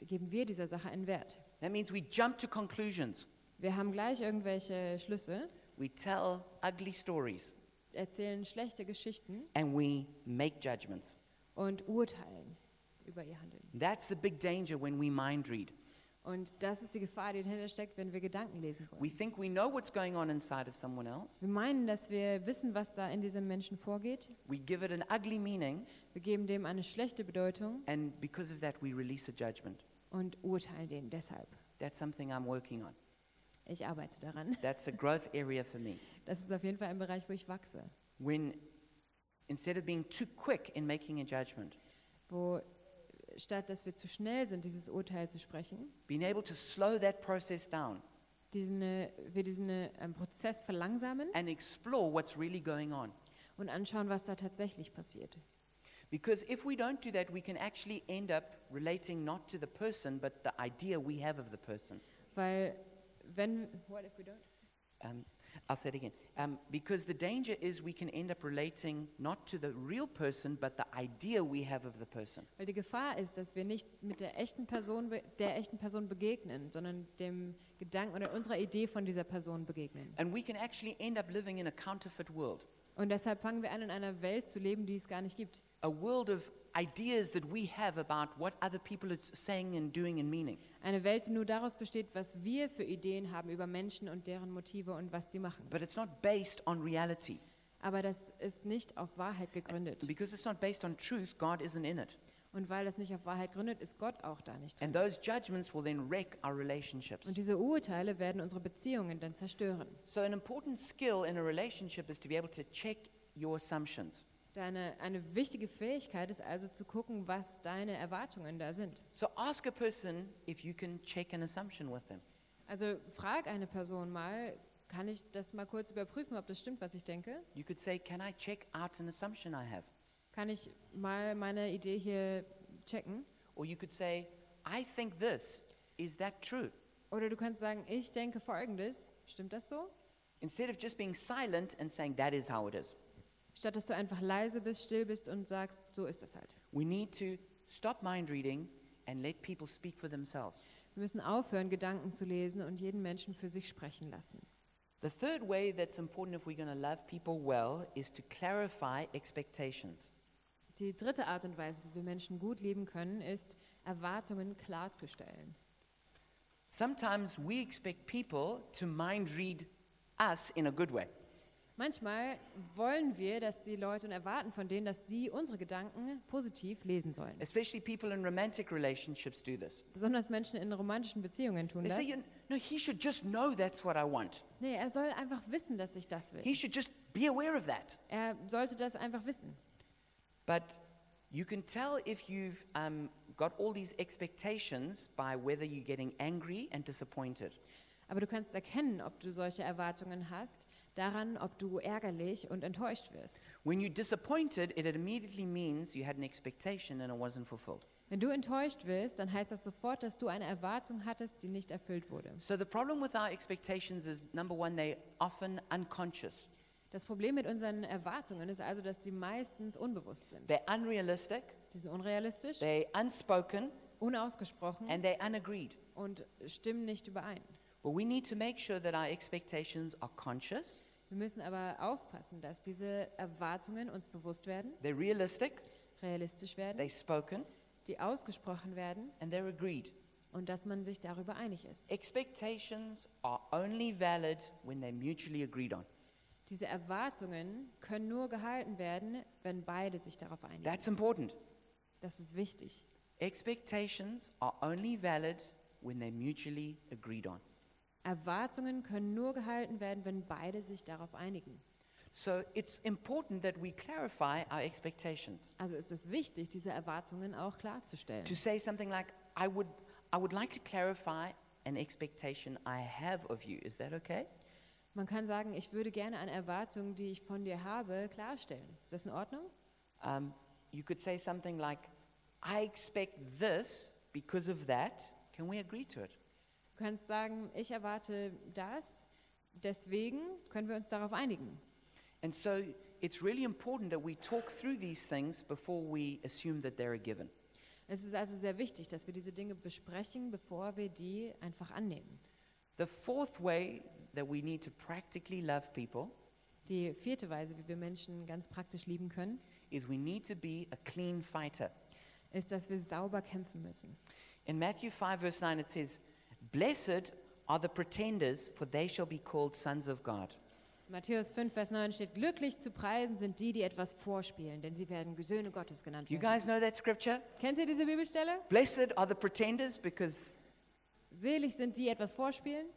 [SPEAKER 2] geben wir dieser Sache einen Wert.
[SPEAKER 1] That means we jump to conclusions.
[SPEAKER 2] Wir haben gleich irgendwelche Schlüsse,
[SPEAKER 1] We tell ugly stories
[SPEAKER 2] erzählen schlechte Geschichten
[SPEAKER 1] and we make judgments.
[SPEAKER 2] und urteilen über ihr Handeln.
[SPEAKER 1] That's the big danger when we mind read.
[SPEAKER 2] Und das ist die Gefahr, die dahinter steckt, wenn wir Gedanken lesen
[SPEAKER 1] We
[SPEAKER 2] wollen.
[SPEAKER 1] think we know what's going on inside of someone else.
[SPEAKER 2] Wir meinen, dass wir wissen, was da in diesem Menschen vorgeht.
[SPEAKER 1] We give it an ugly meaning,
[SPEAKER 2] Wir geben dem eine schlechte Bedeutung
[SPEAKER 1] and because of that, we release a judgment.
[SPEAKER 2] und urteilen den deshalb.
[SPEAKER 1] That's something I'm working on.
[SPEAKER 2] Ich arbeite daran.
[SPEAKER 1] That's a growth area for me.
[SPEAKER 2] Das ist auf jeden Fall ein Bereich, wo ich wachse,
[SPEAKER 1] When instead of being too quick in making a judgment,
[SPEAKER 2] wo äh, statt dass wir zu schnell sind, dieses Urteil zu sprechen,
[SPEAKER 1] being able to slow that process down
[SPEAKER 2] diesen, äh, wir diesen äh, ähm, Prozess verlangsamen
[SPEAKER 1] and explore what's really going on.
[SPEAKER 2] und anschauen, was da tatsächlich passiert.
[SPEAKER 1] Because if we don't do that, we can actually end up relating not to the person, but the idea we have of the person.
[SPEAKER 2] Weil wenn What if we don't?
[SPEAKER 1] Um, I'll say it again. Um, because the danger is we can end up relating not to the real person, but the idea we have of the person.
[SPEAKER 2] Weil die Gefahr ist, dass wir nicht mit der echten Person be- der echten Person begegnen, sondern dem Gedanken oder unserer Idee von dieser Person begegnen.
[SPEAKER 1] And we can actually end up living in a counterfeit world,
[SPEAKER 2] Und deshalb fangen wir an, in einer Welt zu leben, die es gar nicht gibt.
[SPEAKER 1] a world of ideas that we have about what other people are saying and doing and meaning.
[SPEAKER 2] Eine Welt, die nur daraus besteht, was wir für Ideen haben über Menschen und deren Motive und was sie machen.
[SPEAKER 1] But it's not based on reality.
[SPEAKER 2] Aber das ist nicht auf Wahrheit gegründet.
[SPEAKER 1] Because it's not based on truth, God isn't in it.
[SPEAKER 2] Und weil das nicht auf Wahrheit gründet, ist Gott auch da nicht drin.
[SPEAKER 1] And those judgments will then wreck our relationships.
[SPEAKER 2] Und diese Urteile werden unsere Beziehungen dann zerstören.
[SPEAKER 1] So, an important skill in a relationship is to be able to check your assumptions.
[SPEAKER 2] Deine, eine wichtige Fähigkeit ist also zu gucken, was deine Erwartungen da sind.
[SPEAKER 1] So, ask a person if you can check an assumption with them.
[SPEAKER 2] Also frag eine Person mal, kann ich das mal kurz überprüfen, ob das stimmt, was ich denke?
[SPEAKER 1] You could say, Can I check out an assumption I have?
[SPEAKER 2] Kann ich mal meine Idee hier checken?
[SPEAKER 1] Or you could say, I think this. Is that true?
[SPEAKER 2] Oder du kannst sagen, ich denke folgendes. Stimmt das so?
[SPEAKER 1] Instead of just being silent and saying, That is how it is.
[SPEAKER 2] Statt dass du einfach leise bist, still bist und sagst, so ist das halt.
[SPEAKER 1] We need to stop mind reading and let people speak for themselves.
[SPEAKER 2] Wir müssen aufhören, Gedanken zu lesen und jeden Menschen für sich sprechen lassen.
[SPEAKER 1] The third way that's important if we're going to love people well is to clarify expectations.
[SPEAKER 2] Die dritte Art und Weise, wie wir Menschen gut lieben können, ist, Erwartungen klarzustellen.
[SPEAKER 1] Sometimes we expect people to mind read us in a good way.
[SPEAKER 2] Manchmal wollen wir, dass die Leute und erwarten von denen, dass sie unsere Gedanken positiv lesen sollen.
[SPEAKER 1] Especially people in romantic relationships do this.
[SPEAKER 2] Besonders Menschen in romantischen Beziehungen tun
[SPEAKER 1] They
[SPEAKER 2] das.
[SPEAKER 1] say, "You- no, he should just know that's what I want.
[SPEAKER 2] Nee, er soll einfach wissen, dass ich das will.
[SPEAKER 1] He should just be aware of that.
[SPEAKER 2] Er sollte das einfach wissen.
[SPEAKER 1] But you can tell if you've um, got all these expectations by whether you're getting angry and disappointed.
[SPEAKER 2] Aber du kannst erkennen, ob du solche Erwartungen hast, daran, ob du ärgerlich und enttäuscht wirst.
[SPEAKER 1] When you're disappointed, it immediately means you had an expectation and it wasn't fulfilled.
[SPEAKER 2] Wenn du enttäuscht wirst, dann heißt das sofort, dass du eine Erwartung hattest, die nicht erfüllt wurde.
[SPEAKER 1] So the problem with our expectations is number one, they're often unconscious.
[SPEAKER 2] Das Problem mit unseren Erwartungen ist also, dass die meistens unbewusst sind.
[SPEAKER 1] They're unrealistic,
[SPEAKER 2] Die sind unrealistisch,
[SPEAKER 1] they're unspoken,
[SPEAKER 2] unausgesprochen
[SPEAKER 1] and they're unagreed.
[SPEAKER 2] und stimmen nicht überein.
[SPEAKER 1] But we need to make sure that our expectations are conscious,
[SPEAKER 2] Wir müssen aber aufpassen, dass diese Erwartungen uns bewusst werden,
[SPEAKER 1] they're realistic,
[SPEAKER 2] realistisch werden,
[SPEAKER 1] they're spoken,
[SPEAKER 2] die ausgesprochen werden
[SPEAKER 1] and they're agreed.
[SPEAKER 2] und dass man sich darüber einig ist.
[SPEAKER 1] Expectations are only valid when they're mutually agreed on.
[SPEAKER 2] Diese Erwartungen können nur gehalten werden, wenn beide sich darauf einigen.
[SPEAKER 1] That's important.
[SPEAKER 2] Das ist wichtig.
[SPEAKER 1] Expectations are only valid when they're mutually agreed on.
[SPEAKER 2] Erwartungen können nur gehalten werden, wenn beide sich darauf einigen.
[SPEAKER 1] So it's important that we clarify our expectations.
[SPEAKER 2] Also ist es wichtig, diese Erwartungen auch klarzustellen.
[SPEAKER 1] To say something like, I would, I would like to clarify an expectation I have of you. Is that okay?
[SPEAKER 2] Man kann sagen, ich würde gerne eine Erwartung, die ich von dir habe, klarstellen. Ist das in Ordnung?
[SPEAKER 1] Um, you could say something like, I expect this because of that. Can we agree to it?
[SPEAKER 2] Du kannst sagen, ich erwarte das, deswegen können wir uns darauf einigen.
[SPEAKER 1] And so it's really important that we talk through these things before we assume that they're a given.
[SPEAKER 2] Es ist also sehr wichtig, dass wir diese Dinge besprechen, bevor wir die einfach annehmen.
[SPEAKER 1] The fourth way that we need to practically love people
[SPEAKER 2] Die vierte Weise, wie wir Menschen ganz praktisch lieben können,
[SPEAKER 1] is we need to be a clean fighter.
[SPEAKER 2] ist, dass wir sauber kämpfen müssen.
[SPEAKER 1] In Matthew 5, verse 9, it says, Blessed are the pretenders, for they shall be called sons of God.
[SPEAKER 2] Matthäus 5, Vers 9 steht, glücklich zu preisen sind die, die etwas vorspielen, denn sie werden Söhne Gottes genannt
[SPEAKER 1] You
[SPEAKER 2] werden.
[SPEAKER 1] guys know that scripture?
[SPEAKER 2] Kennt ihr diese Bibelstelle?
[SPEAKER 1] Blessed are the pretenders because,
[SPEAKER 2] Selig sind die, etwas vorspielen?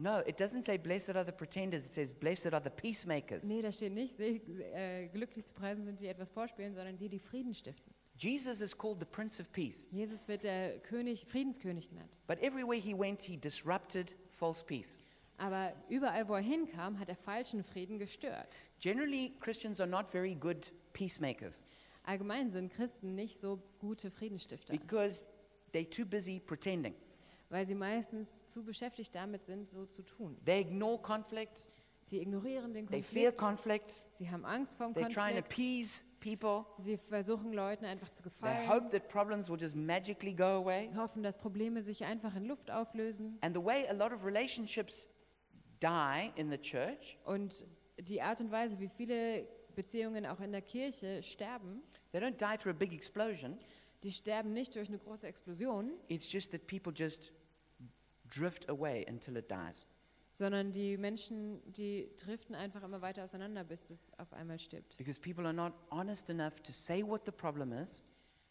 [SPEAKER 1] no, it doesn't say blessed are the pretenders, it says blessed are the peacemakers.
[SPEAKER 2] Nee, da steht nicht, selig, äh, glücklich zu preisen sind die, etwas vorspielen, sondern die, die Frieden stiften.
[SPEAKER 1] Jesus is called the Prince of Peace,
[SPEAKER 2] Jesus wird der König, Friedenskönig genannt.
[SPEAKER 1] but everywhere he went, he disrupted false peace.
[SPEAKER 2] Aber überall, wo er hinkam, hat er falschen Frieden gestört.
[SPEAKER 1] Generally, Christians are not very good peacemakers
[SPEAKER 2] Allgemein sind Christen nicht so gute Friedenstifter,
[SPEAKER 1] because they're too busy pretending.
[SPEAKER 2] weil sie meistens zu beschäftigt damit sind, so zu tun.
[SPEAKER 1] They ignore conflict,
[SPEAKER 2] Sie ignorieren den
[SPEAKER 1] they fear
[SPEAKER 2] Konflikt,
[SPEAKER 1] conflict,
[SPEAKER 2] sie haben Angst vor dem
[SPEAKER 1] they try and
[SPEAKER 2] Konflikt,
[SPEAKER 1] appease people.
[SPEAKER 2] sie versuchen Leuten einfach zu
[SPEAKER 1] They
[SPEAKER 2] gefallen,
[SPEAKER 1] hope that problems will just magically go away.
[SPEAKER 2] hoffen, dass Probleme sich einfach in Luft auflösen.
[SPEAKER 1] And the way a lot of relationships die in the church,
[SPEAKER 2] Und die Art und Weise, wie viele Beziehungen auch in der Kirche sterben,
[SPEAKER 1] they don't die through a big explosion.
[SPEAKER 2] die sterben nicht durch eine große Explosion,
[SPEAKER 1] It's just that people just drift away until it dies.
[SPEAKER 2] sondern die Menschen, die driften einfach immer weiter auseinander, bis es auf einmal stirbt.
[SPEAKER 1] Because people are not honest enough to say what the problem is,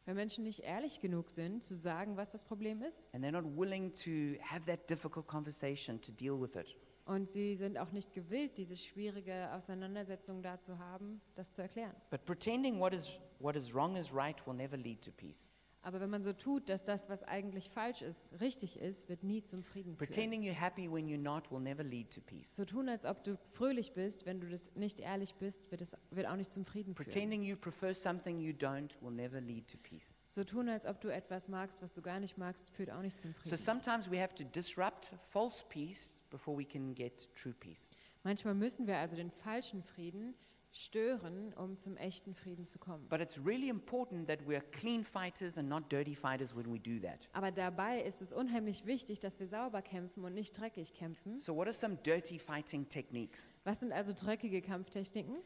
[SPEAKER 2] Weil Menschen nicht ehrlich genug sind, zu sagen, was das Problem ist.
[SPEAKER 1] and they're not willing to have that difficult conversation to deal with it.
[SPEAKER 2] Und sie sind auch nicht gewillt, diese schwierige Auseinandersetzung da zu haben, das zu erklären.
[SPEAKER 1] But pretending what is, what is wrong is right will never lead to peace.
[SPEAKER 2] Aber wenn man so tut, dass das, was eigentlich falsch ist, richtig ist, wird nie zum Frieden führen.
[SPEAKER 1] Pretending you're happy when you're not will never lead to peace.
[SPEAKER 2] So tun, als ob du fröhlich bist, wenn du das nicht ehrlich bist, wird es wird auch nicht zum Frieden führen.
[SPEAKER 1] Pretending you prefer something you don't will never lead to peace.
[SPEAKER 2] So tun, als ob du etwas magst, was du gar nicht magst, führt auch nicht zum
[SPEAKER 1] So
[SPEAKER 2] Frieden.
[SPEAKER 1] sometimes we have to disrupt false peace before we can get true peace.
[SPEAKER 2] Manchmal müssen wir also den falschen Frieden stören, um zum echten Frieden zu kommen.
[SPEAKER 1] But it's really important that we are clean fighters and not dirty fighters when we do that.
[SPEAKER 2] Aber dabei ist es unheimlich wichtig, dass wir sauber kämpfen und nicht dreckig kämpfen.
[SPEAKER 1] So, what are some dirty fighting techniques?
[SPEAKER 2] Was sind also dreckige Kampftechniken?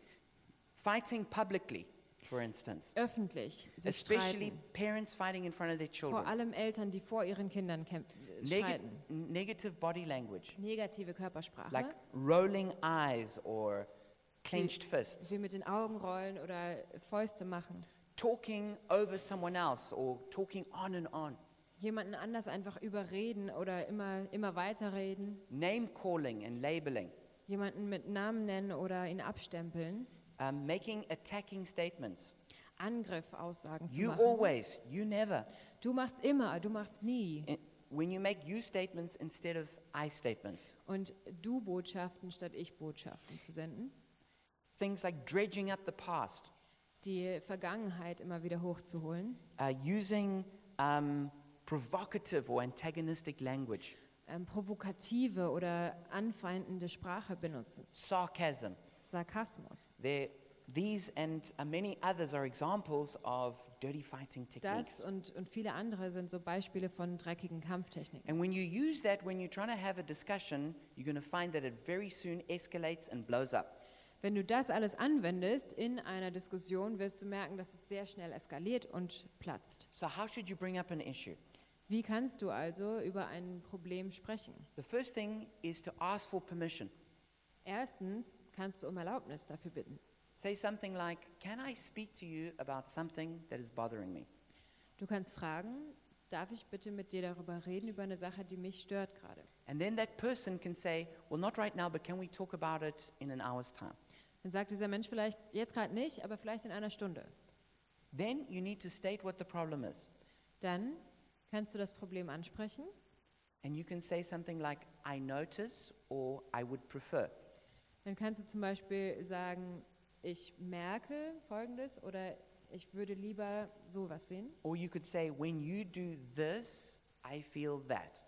[SPEAKER 1] Fighting publicly, for instance,
[SPEAKER 2] Öffentlich, sich
[SPEAKER 1] especially
[SPEAKER 2] streiten.
[SPEAKER 1] parents fighting in front of their
[SPEAKER 2] Vor
[SPEAKER 1] children,
[SPEAKER 2] allem Eltern, die vor ihren Kindern kämpfen, äh,
[SPEAKER 1] Neg-
[SPEAKER 2] streiten.
[SPEAKER 1] negative body language,
[SPEAKER 2] Negative Körpersprache,
[SPEAKER 1] like rolling eyes or clenched fists,
[SPEAKER 2] wie mit den Augen rollen oder Fäuste machen.
[SPEAKER 1] talking over someone else or talking on and on,
[SPEAKER 2] Jemanden anders einfach überreden oder immer, immer weiterreden.
[SPEAKER 1] name calling and labeling,
[SPEAKER 2] Jemanden mit Namen nennen oder ihn abstempeln.
[SPEAKER 1] um, making attacking statements.
[SPEAKER 2] Angriff, Aussagen zu
[SPEAKER 1] You
[SPEAKER 2] machen.
[SPEAKER 1] always, you never.
[SPEAKER 2] Du machst immer, du machst nie.
[SPEAKER 1] I- When you make you statements instead of I statements,
[SPEAKER 2] Und du Botschaften statt ich Botschaften zu senden.
[SPEAKER 1] things like dredging up the past,
[SPEAKER 2] Die Vergangenheit immer wieder hochzuholen.
[SPEAKER 1] uh, using um, provocative or antagonistic language,
[SPEAKER 2] Ähm, provokative oder anfeindende Sprache benutzen.
[SPEAKER 1] sarcasm.
[SPEAKER 2] Sarkasmus.
[SPEAKER 1] There, these and uh, many others are examples of dirty fighting
[SPEAKER 2] Das
[SPEAKER 1] techniques.
[SPEAKER 2] und, und viele andere sind so Beispiele von dreckigen Kampftechniken.
[SPEAKER 1] And when you use that when you're trying to have a discussion, you're going to find that it very soon escalates and blows up.
[SPEAKER 2] Wenn du das alles anwendest in einer Diskussion, wirst du merken, dass es sehr schnell eskaliert und platzt.
[SPEAKER 1] So, how should you bring up an issue?
[SPEAKER 2] Wie kannst du also über ein Problem sprechen?
[SPEAKER 1] The first thing is to ask for permission.
[SPEAKER 2] Erstens kannst du um Erlaubnis dafür bitten.
[SPEAKER 1] Say something like, Can I speak to you about something that is bothering me?
[SPEAKER 2] Du kannst fragen, darf ich bitte mit dir darüber reden, über eine Sache, die mich stört gerade?
[SPEAKER 1] And then that person can say, Well, not right now, but can we talk about it in an hour's time?
[SPEAKER 2] Dann sagt dieser Mensch vielleicht, jetzt gerade nicht, aber vielleicht in einer Stunde.
[SPEAKER 1] Then you need to state what the problem is.
[SPEAKER 2] Dann kannst du das Problem ansprechen
[SPEAKER 1] And you can say something like, I notice or I would prefer.
[SPEAKER 2] Dann kannst du zum Beispiel sagen, ich merke Folgendes oder ich würde lieber sowas sehen.
[SPEAKER 1] Or you could say, When you do this, I feel that.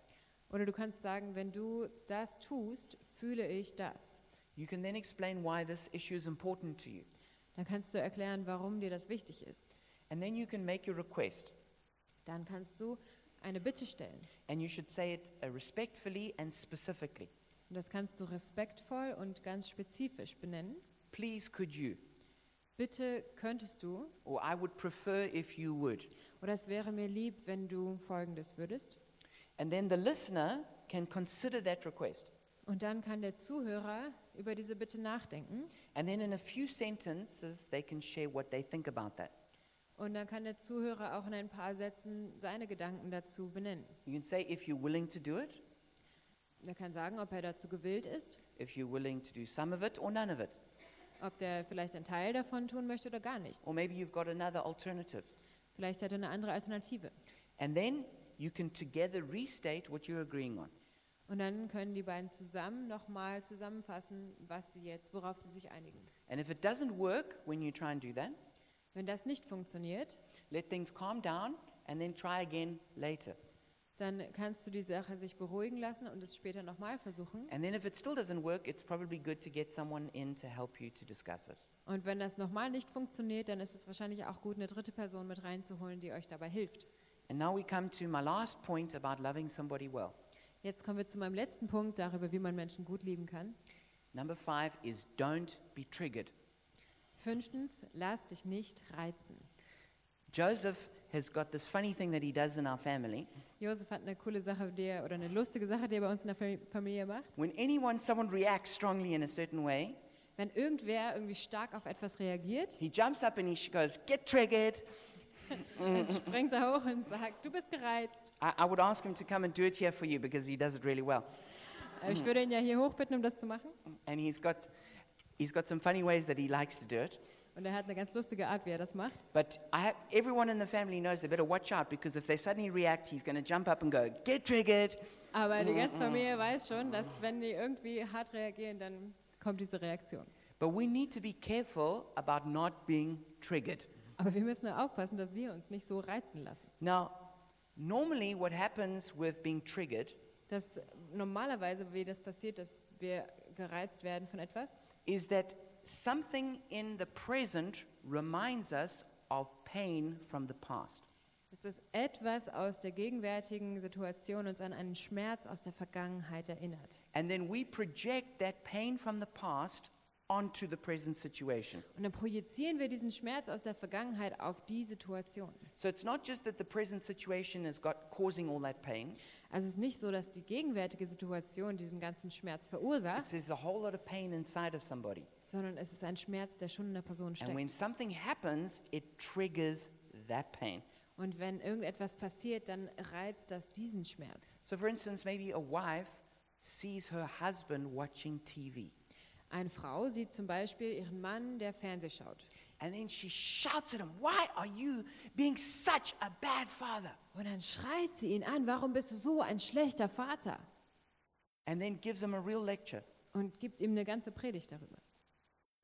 [SPEAKER 2] Oder du kannst sagen, wenn du das tust, fühle ich das.
[SPEAKER 1] You can then explain why this issue is important to you.
[SPEAKER 2] Dann kannst du erklären, warum dir das wichtig ist.
[SPEAKER 1] And then you can make your request.
[SPEAKER 2] Dann kannst du eine Bitte stellen.
[SPEAKER 1] And you should say it uh, respectfully and specifically.
[SPEAKER 2] Und das kannst du respektvoll und ganz spezifisch benennen.
[SPEAKER 1] Please, could you?
[SPEAKER 2] Bitte könntest du,
[SPEAKER 1] Or I would prefer if you would.
[SPEAKER 2] oder es wäre mir lieb, wenn du Folgendes würdest.
[SPEAKER 1] And then the listener can consider that request.
[SPEAKER 2] Und dann kann der Zuhörer über diese Bitte nachdenken.
[SPEAKER 1] And then in a few sentences, they can share what they think about that.
[SPEAKER 2] Und dann kann der Zuhörer auch in ein paar Sätzen seine Gedanken dazu benennen.
[SPEAKER 1] You can say if you're willing to do it,
[SPEAKER 2] Er kann sagen, ob er dazu gewillt ist,
[SPEAKER 1] if you're willing to do some of it or none of it.
[SPEAKER 2] ob der vielleicht einen Teil davon tun möchte oder gar nichts.
[SPEAKER 1] Or maybe you've got another alternative.
[SPEAKER 2] Vielleicht hat er eine andere Alternative.
[SPEAKER 1] And then you can together restate what you're agreeing on.
[SPEAKER 2] Und dann können die beiden zusammen nochmal zusammenfassen, was sie jetzt, worauf sie sich einigen.
[SPEAKER 1] And if it doesn't work when you try and do that,
[SPEAKER 2] Wenn das nicht funktioniert,
[SPEAKER 1] let things calm down and then try again later.
[SPEAKER 2] dann kannst du die Sache sich beruhigen lassen und es später nochmal versuchen.
[SPEAKER 1] And then if it still doesn't work, it's probably good to get someone in to help you to discuss it.
[SPEAKER 2] Und wenn das nochmal nicht funktioniert, dann ist es wahrscheinlich auch gut, eine dritte Person mit reinzuholen, die euch dabei hilft.
[SPEAKER 1] And now we come to my last point about loving somebody well.
[SPEAKER 2] Jetzt kommen wir zu meinem letzten Punkt darüber, wie man Menschen gut lieben kann.
[SPEAKER 1] Number five is don't be triggered.
[SPEAKER 2] Fünftens, lass dich nicht reizen.
[SPEAKER 1] Joseph has got this funny thing that he does in our family.
[SPEAKER 2] Josef hat eine coole Sache, die er, oder eine lustige Sache, die er bei uns in der Fam- Familie macht.
[SPEAKER 1] When anyone, someone reacts strongly in a certain way,
[SPEAKER 2] Wenn irgendwer irgendwie stark auf etwas reagiert,
[SPEAKER 1] he jumps up and he sh- goes, Get triggered.
[SPEAKER 2] dann springt er hoch und sagt, du bist gereizt.
[SPEAKER 1] I, I would ask him to come and do it here for you because he does it really well.
[SPEAKER 2] Äh, Ich würde ihn ja hier hochbitten, um das zu machen.
[SPEAKER 1] And he's got, he's got some funny ways that he likes to do it.
[SPEAKER 2] Und er hat eine ganz lustige Art, wie er das macht.
[SPEAKER 1] But I have, everyone in the family knows they better watch out because if they suddenly react, he's going to jump up and go, Get triggered.
[SPEAKER 2] Aber die ganze Familie weiß schon, dass wenn die irgendwie hart reagieren, dann kommt diese Reaktion.
[SPEAKER 1] But we need to be careful about not being triggered.
[SPEAKER 2] Aber wir müssen nur aufpassen, dass wir uns nicht so reizen lassen.
[SPEAKER 1] Now, normally what happens with being triggered
[SPEAKER 2] Das normalerweise, wie das passiert, dass wir gereizt werden von etwas,
[SPEAKER 1] is that something in the present reminds us of pain from the past.
[SPEAKER 2] Dass das etwas aus der gegenwärtigen Situation uns an einen Schmerz aus der Vergangenheit erinnert.
[SPEAKER 1] And then we project that pain from the past onto the present situation.
[SPEAKER 2] Und dann projizieren wir diesen Schmerz aus der Vergangenheit auf die Situation.
[SPEAKER 1] So it's not just that the present situation is got causing all that pain.
[SPEAKER 2] Also es ist nicht so, dass die gegenwärtige Situation diesen ganzen Schmerz
[SPEAKER 1] It's,
[SPEAKER 2] verursacht,
[SPEAKER 1] there's a whole lot of pain inside of somebody.
[SPEAKER 2] sondern es ist ein Schmerz, der schon in der Person
[SPEAKER 1] And when
[SPEAKER 2] steckt.
[SPEAKER 1] something happens, it triggers that pain.
[SPEAKER 2] Und wenn irgendetwas passiert, dann reizt das diesen Schmerz.
[SPEAKER 1] So for instance, maybe a wife sees her husband watching TV
[SPEAKER 2] Eine Frau sieht zum Beispiel ihren Mann, der Fernseh schaut.
[SPEAKER 1] and then she shouts at him, "Why are you being such a bad father?"
[SPEAKER 2] Und dann schreit sie ihn an, warum bist du so ein schlechter Vater?
[SPEAKER 1] And then gives him a real lecture.
[SPEAKER 2] Und gibt ihm eine ganze Predigt darüber.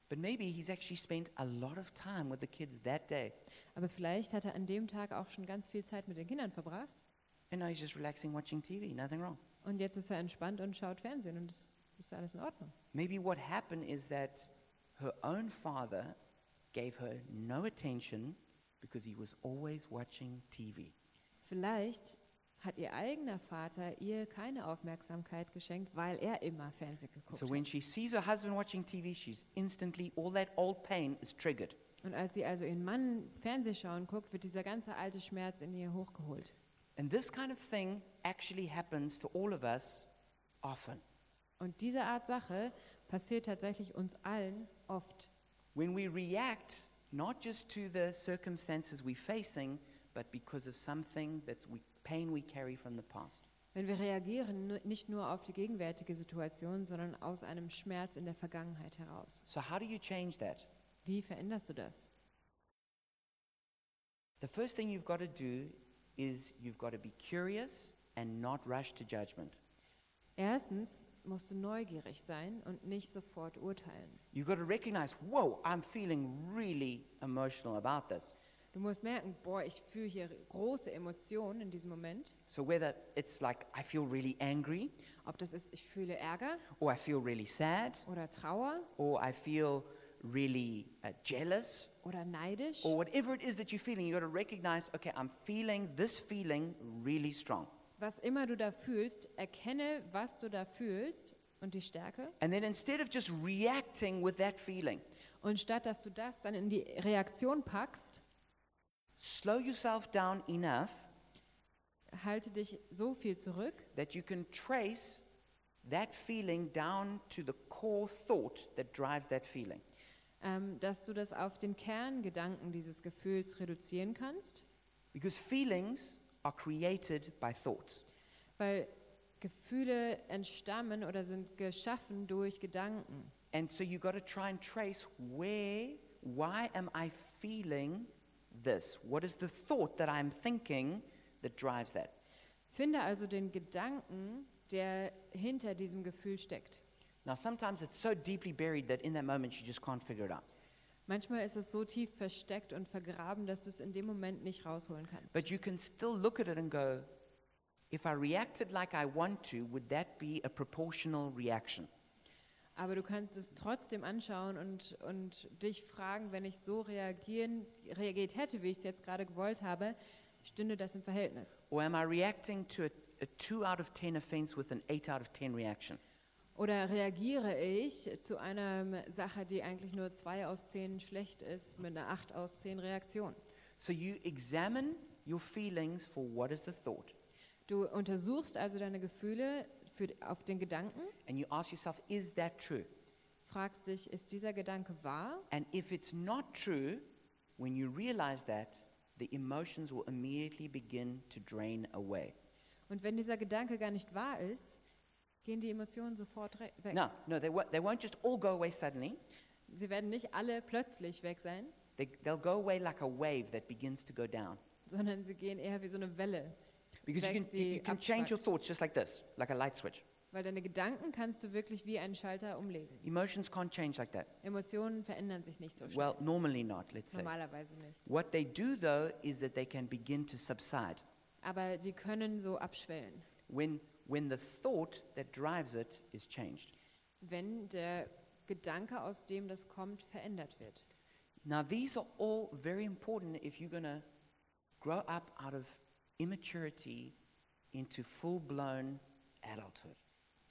[SPEAKER 1] But maybe he's actually spent a lot of time with the kids that day.
[SPEAKER 2] Aber vielleicht hat er an dem Tag auch schon ganz viel Zeit mit den Kindern verbracht.
[SPEAKER 1] And now he's just relaxing watching TV, nothing wrong.
[SPEAKER 2] Und jetzt ist er entspannt und schaut Fernsehen und es ist alles in Ordnung.
[SPEAKER 1] Maybe what happened is that her own father gave her no attention because he was always watching TV.
[SPEAKER 2] Vielleicht hat ihr eigener Vater ihr keine Aufmerksamkeit geschenkt, weil er immer Fernsehen geguckt
[SPEAKER 1] So when she sees her husband watching TV, she's instantly, all that old pain is triggered.
[SPEAKER 2] hat. Und als sie also ihren Mann Fernseh schauen guckt, wird dieser ganze alte Schmerz in ihr hochgeholt.
[SPEAKER 1] And this kind of thing actually happens to all of us often.
[SPEAKER 2] Und diese Art Sache passiert tatsächlich uns allen oft.
[SPEAKER 1] When we react not just to the circumstances we're facing, but because of something that's we, pain we carry from the past.
[SPEAKER 2] Wenn wir reagieren, nu- nicht nur auf die gegenwärtige Situation, sondern aus einem Schmerz in der Vergangenheit heraus.
[SPEAKER 1] So, how do you change that?
[SPEAKER 2] Wie veränderst du das?
[SPEAKER 1] The first thing you've got to do is you've got to be curious and not rush to judgment.
[SPEAKER 2] Erstens musst du neugierig sein und nicht sofort urteilen.
[SPEAKER 1] You've got to recognize, whoa, I'm feeling really emotional about this.
[SPEAKER 2] Du musst merken, boah, ich fühle hier große Emotionen in diesem Moment.
[SPEAKER 1] So, whether it's like I feel really angry,
[SPEAKER 2] Ob das ist, ich fühle Ärger
[SPEAKER 1] or I feel really sad,
[SPEAKER 2] oder Trauer
[SPEAKER 1] or I feel really uh, jealous,
[SPEAKER 2] oder neidisch.
[SPEAKER 1] or whatever it is that you're feeling, you got to recognize, okay, I'm feeling this feeling really strong.
[SPEAKER 2] Was immer du da fühlst, erkenne, was du da fühlst und die Stärke.
[SPEAKER 1] And then instead of just reacting with that feeling,
[SPEAKER 2] Und statt dass du das dann in die Reaktion packst,
[SPEAKER 1] slow yourself down enough
[SPEAKER 2] halte dich so viel zurück,
[SPEAKER 1] that you can trace that feeling down to the core thought that drives that feeling.
[SPEAKER 2] ähm, dass du das auf den Kerngedanken dieses Gefühls reduzieren kannst,
[SPEAKER 1] Because feelings are created by thoughts.
[SPEAKER 2] weil Gefühle entstammen oder sind geschaffen durch Gedanken.
[SPEAKER 1] And so you got to try and trace where, why am I feeling this? What is the thought that I'm thinking that drives that?
[SPEAKER 2] Finde also den Gedanken, der hinter diesem Gefühl steckt.
[SPEAKER 1] Now, sometimes it's so deeply buried that in that moment you just can't figure it out.
[SPEAKER 2] Manchmal ist es so tief versteckt und vergraben, dass du es in dem Moment nicht rausholen kannst.
[SPEAKER 1] But you can still look at it and go, if I reacted like I want to, would that be a proportional reaction?
[SPEAKER 2] Aber du kannst es trotzdem anschauen und, und dich fragen, wenn ich so reagieren, reagiert hätte, wie ich es jetzt gerade gewollt habe, stünde das im Verhältnis?
[SPEAKER 1] Or am I reacting to a, a 2 out of 10 offense with an 8 out of 10 reaction?
[SPEAKER 2] Oder reagiere ich zu einer Sache, die eigentlich nur 2 aus 10 schlecht ist, mit einer 8 aus 10 Reaktion?
[SPEAKER 1] So you examine your feelings for what is the thought,
[SPEAKER 2] Du untersuchst also deine Gefühle für, auf den Gedanken,
[SPEAKER 1] and you ask yourself, is that true?
[SPEAKER 2] fragst dich, ist dieser Gedanke wahr?
[SPEAKER 1] And if it's not true, when you realize that, the emotions will immediately begin to drain away.
[SPEAKER 2] Und wenn dieser Gedanke gar nicht wahr ist, gehen die Emotionen sofort re- weg.
[SPEAKER 1] No, no, they, won't- they won't just all go away suddenly.
[SPEAKER 2] Sie werden nicht alle plötzlich weg sein,
[SPEAKER 1] They, they'll go away like a wave that begins to go down.
[SPEAKER 2] sondern sie gehen eher wie so eine Welle.
[SPEAKER 1] Because you
[SPEAKER 2] Weg,
[SPEAKER 1] can, you,
[SPEAKER 2] die
[SPEAKER 1] you can change your
[SPEAKER 2] abschweift.
[SPEAKER 1] thoughts just like this, like a light switch.
[SPEAKER 2] Weil deine Gedanken kannst du wirklich wie einen Schalter umlegen.
[SPEAKER 1] Emotions can't change like that.
[SPEAKER 2] Emotionen verändern sich nicht so schnell.
[SPEAKER 1] Well, normally not, let's say.
[SPEAKER 2] Normalerweise nicht.
[SPEAKER 1] What they do, though, is that they can begin to subside.
[SPEAKER 2] Aber die können so abschwellen,
[SPEAKER 1] When, when the thought that drives it is changed.
[SPEAKER 2] wenn der Gedanke, aus dem das kommt, verändert wird.
[SPEAKER 1] Now, these are all very important if you're going to grow up out of immaturity into full blown adulthood.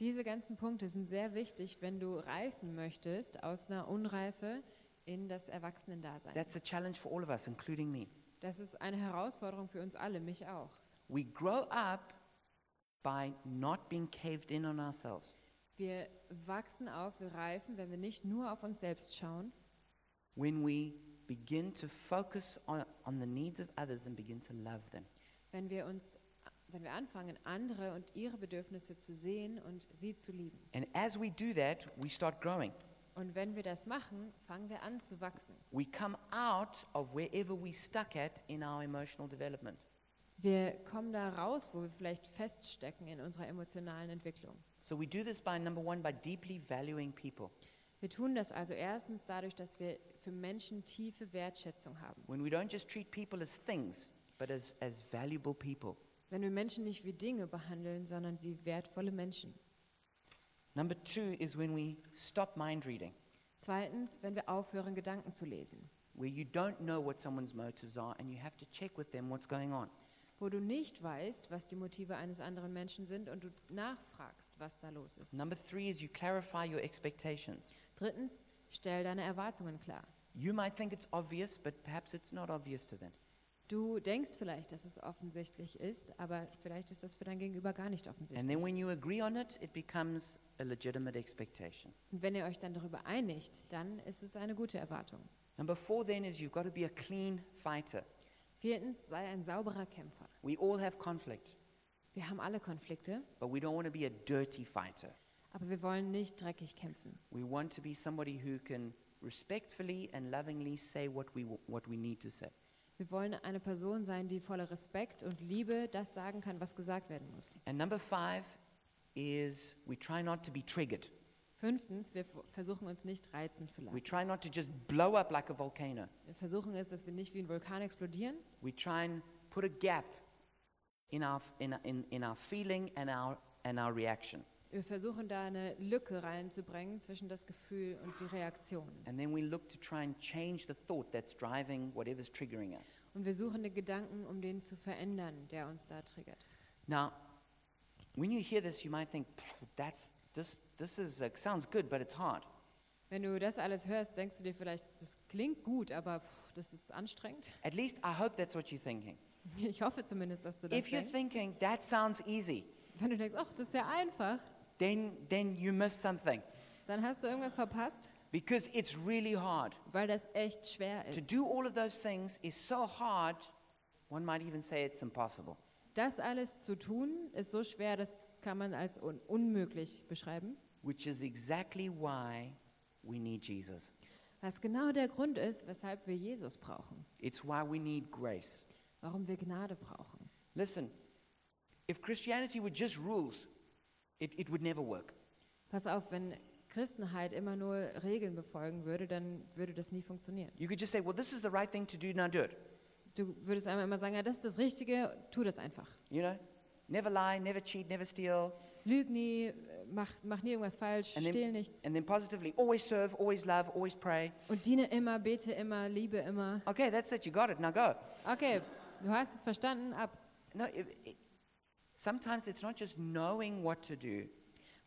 [SPEAKER 2] Diese ganzen Punkte sind sehr wichtig, wenn du reifen möchtest aus einer Unreife in das Erwachsenendasein.
[SPEAKER 1] That's a challenge for all of us, including me.
[SPEAKER 2] Das ist eine Herausforderung für uns alle, mich auch.
[SPEAKER 1] We grow up by not being caved in on ourselves.
[SPEAKER 2] Wir wachsen auf, wir reifen, wenn wir nicht nur auf uns selbst schauen,
[SPEAKER 1] When we begin to focus on, on the needs of others and begin to love them.
[SPEAKER 2] wenn wir uns wenn wir anfangen, andere und ihre Bedürfnisse zu sehen und sie zu lieben.
[SPEAKER 1] And as we do that, we start growing.
[SPEAKER 2] Und wenn wir das machen, fangen wir an zu wachsen.
[SPEAKER 1] We come out of wherever we stuck at in our emotional development.
[SPEAKER 2] Wir kommen da raus, wo wir vielleicht feststecken in unserer emotionalen Entwicklung.
[SPEAKER 1] So we do this by number one, by deeply valuing people.
[SPEAKER 2] Wir tun das also erstens dadurch, dass wir für Menschen tiefe Wertschätzung haben.
[SPEAKER 1] When we don't just treat people as things, but as, as valuable people.
[SPEAKER 2] Wenn wir Menschen nicht wie Dinge behandeln, sondern wie wertvolle Menschen.
[SPEAKER 1] Number two is when we stop mind reading,
[SPEAKER 2] Zweitens, wenn wir aufhören, Gedanken zu lesen,
[SPEAKER 1] where you don't know what someone's motives are and you have to check with them what's going on.
[SPEAKER 2] wo du nicht weißt, was die Motive eines anderen Menschen sind und du nachfragst, was da los ist.
[SPEAKER 1] Number three is you clarify your expectations.
[SPEAKER 2] Drittens, stell deine Erwartungen klar.
[SPEAKER 1] You might think it's obvious, but perhaps it's not obvious to them.
[SPEAKER 2] Du denkst vielleicht, dass es offensichtlich ist, aber vielleicht ist das für dein Gegenüber gar nicht
[SPEAKER 1] And
[SPEAKER 2] offensichtlich.
[SPEAKER 1] then
[SPEAKER 2] Und
[SPEAKER 1] when you agree on it, it becomes a legitimate expectation.
[SPEAKER 2] wenn ihr euch dann darüber einigt, dann ist es eine gute Erwartung.
[SPEAKER 1] Number four then is you've got to be a clean fighter.
[SPEAKER 2] Viertens, sei ein sauberer Kämpfer.
[SPEAKER 1] We all have conflict,
[SPEAKER 2] Wir haben alle Konflikte,
[SPEAKER 1] but we don't want to be a dirty fighter.
[SPEAKER 2] aber wir wollen nicht dreckig kämpfen.
[SPEAKER 1] We want to be somebody who can respectfully and lovingly say what we, what we need to say.
[SPEAKER 2] Wir wollen eine Person sein, die voller Respekt und Liebe das sagen kann, was gesagt werden muss.
[SPEAKER 1] And number five is we try not to be triggered.
[SPEAKER 2] Fünftens, wir f- versuchen uns nicht reizen zu
[SPEAKER 1] We
[SPEAKER 2] lassen.
[SPEAKER 1] try not to just blow up like a volcano.
[SPEAKER 2] Wir versuchen es, dass wir nicht wie ein Vulkan explodieren.
[SPEAKER 1] We try and put a gap in our, in, in, in our feeling and our, and our reaction.
[SPEAKER 2] Wir versuchen da eine Lücke reinzubringen zwischen das Gefühl und die Reaktion.
[SPEAKER 1] And then we look to try and change the thought that's driving whatever's triggering us.
[SPEAKER 2] Und wir suchen den Gedanken, um den zu verändern, der uns da triggert.
[SPEAKER 1] Now, when you hear this, you might think, "Phew, that's, this, this is, uh, sounds good, but it's hard.
[SPEAKER 2] Wenn du das alles hörst, denkst du dir vielleicht, das klingt gut, aber pff, das ist anstrengend.
[SPEAKER 1] At least I hope that's what you're thinking.
[SPEAKER 2] Ich hoffe zumindest, dass du das
[SPEAKER 1] If you're
[SPEAKER 2] denkst.
[SPEAKER 1] thinking, that sounds easy,
[SPEAKER 2] Wenn du denkst, ach, das ist ja einfach,
[SPEAKER 1] then, then you missed something
[SPEAKER 2] dann hast du irgendwas verpasst,
[SPEAKER 1] because it's really hard.
[SPEAKER 2] weil das echt schwer
[SPEAKER 1] To
[SPEAKER 2] ist.
[SPEAKER 1] do all of those things is so hard, one might even say it's impossible.
[SPEAKER 2] Das alles zu tun, ist so schwer, das kann man als un unmöglich beschreiben.
[SPEAKER 1] Which is exactly why we need Jesus.
[SPEAKER 2] Was genau der Grund ist, weshalb wir Jesus brauchen,
[SPEAKER 1] It's why we need grace.
[SPEAKER 2] warum wir Gnade brauchen.
[SPEAKER 1] Listen, if Christianity were just rules, it, it would never work.
[SPEAKER 2] Pass auf, wenn Christenheit immer nur Regeln befolgen würde, dann würde das nie funktionieren.
[SPEAKER 1] You could just say, well, this is the right thing to do, now do it.
[SPEAKER 2] Du würdest einmal immer sagen, ja, das ist das Richtige, tu das einfach.
[SPEAKER 1] You know? Never lie, never cheat, never steal.
[SPEAKER 2] Lüg nie, äh, mach, mach nie irgendwas falsch,
[SPEAKER 1] And then-
[SPEAKER 2] stehl nichts.
[SPEAKER 1] And then positively, always serve, always love, always pray.
[SPEAKER 2] Und diene immer, bete immer, liebe immer.
[SPEAKER 1] Okay, that's it, you got it, now go.
[SPEAKER 2] Okay, du hast es verstanden, ab.
[SPEAKER 1] No, it, it, sometimes it's not just knowing what to do,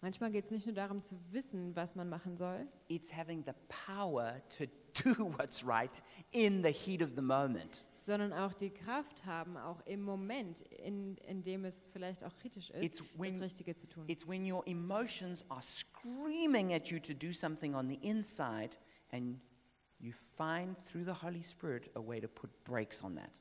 [SPEAKER 2] Manchmal geht es nicht nur darum zu wissen, was man machen soll,
[SPEAKER 1] it's having the power to do what's right in the heat of the moment.
[SPEAKER 2] sondern auch die Kraft haben, auch im Moment, in, in dem es vielleicht auch kritisch
[SPEAKER 1] It's
[SPEAKER 2] ist,
[SPEAKER 1] when-
[SPEAKER 2] das Richtige zu tun.
[SPEAKER 1] It's when your emotions are screaming at you to do something on the inside, and you find through the Holy Spirit a way to put brakes on that.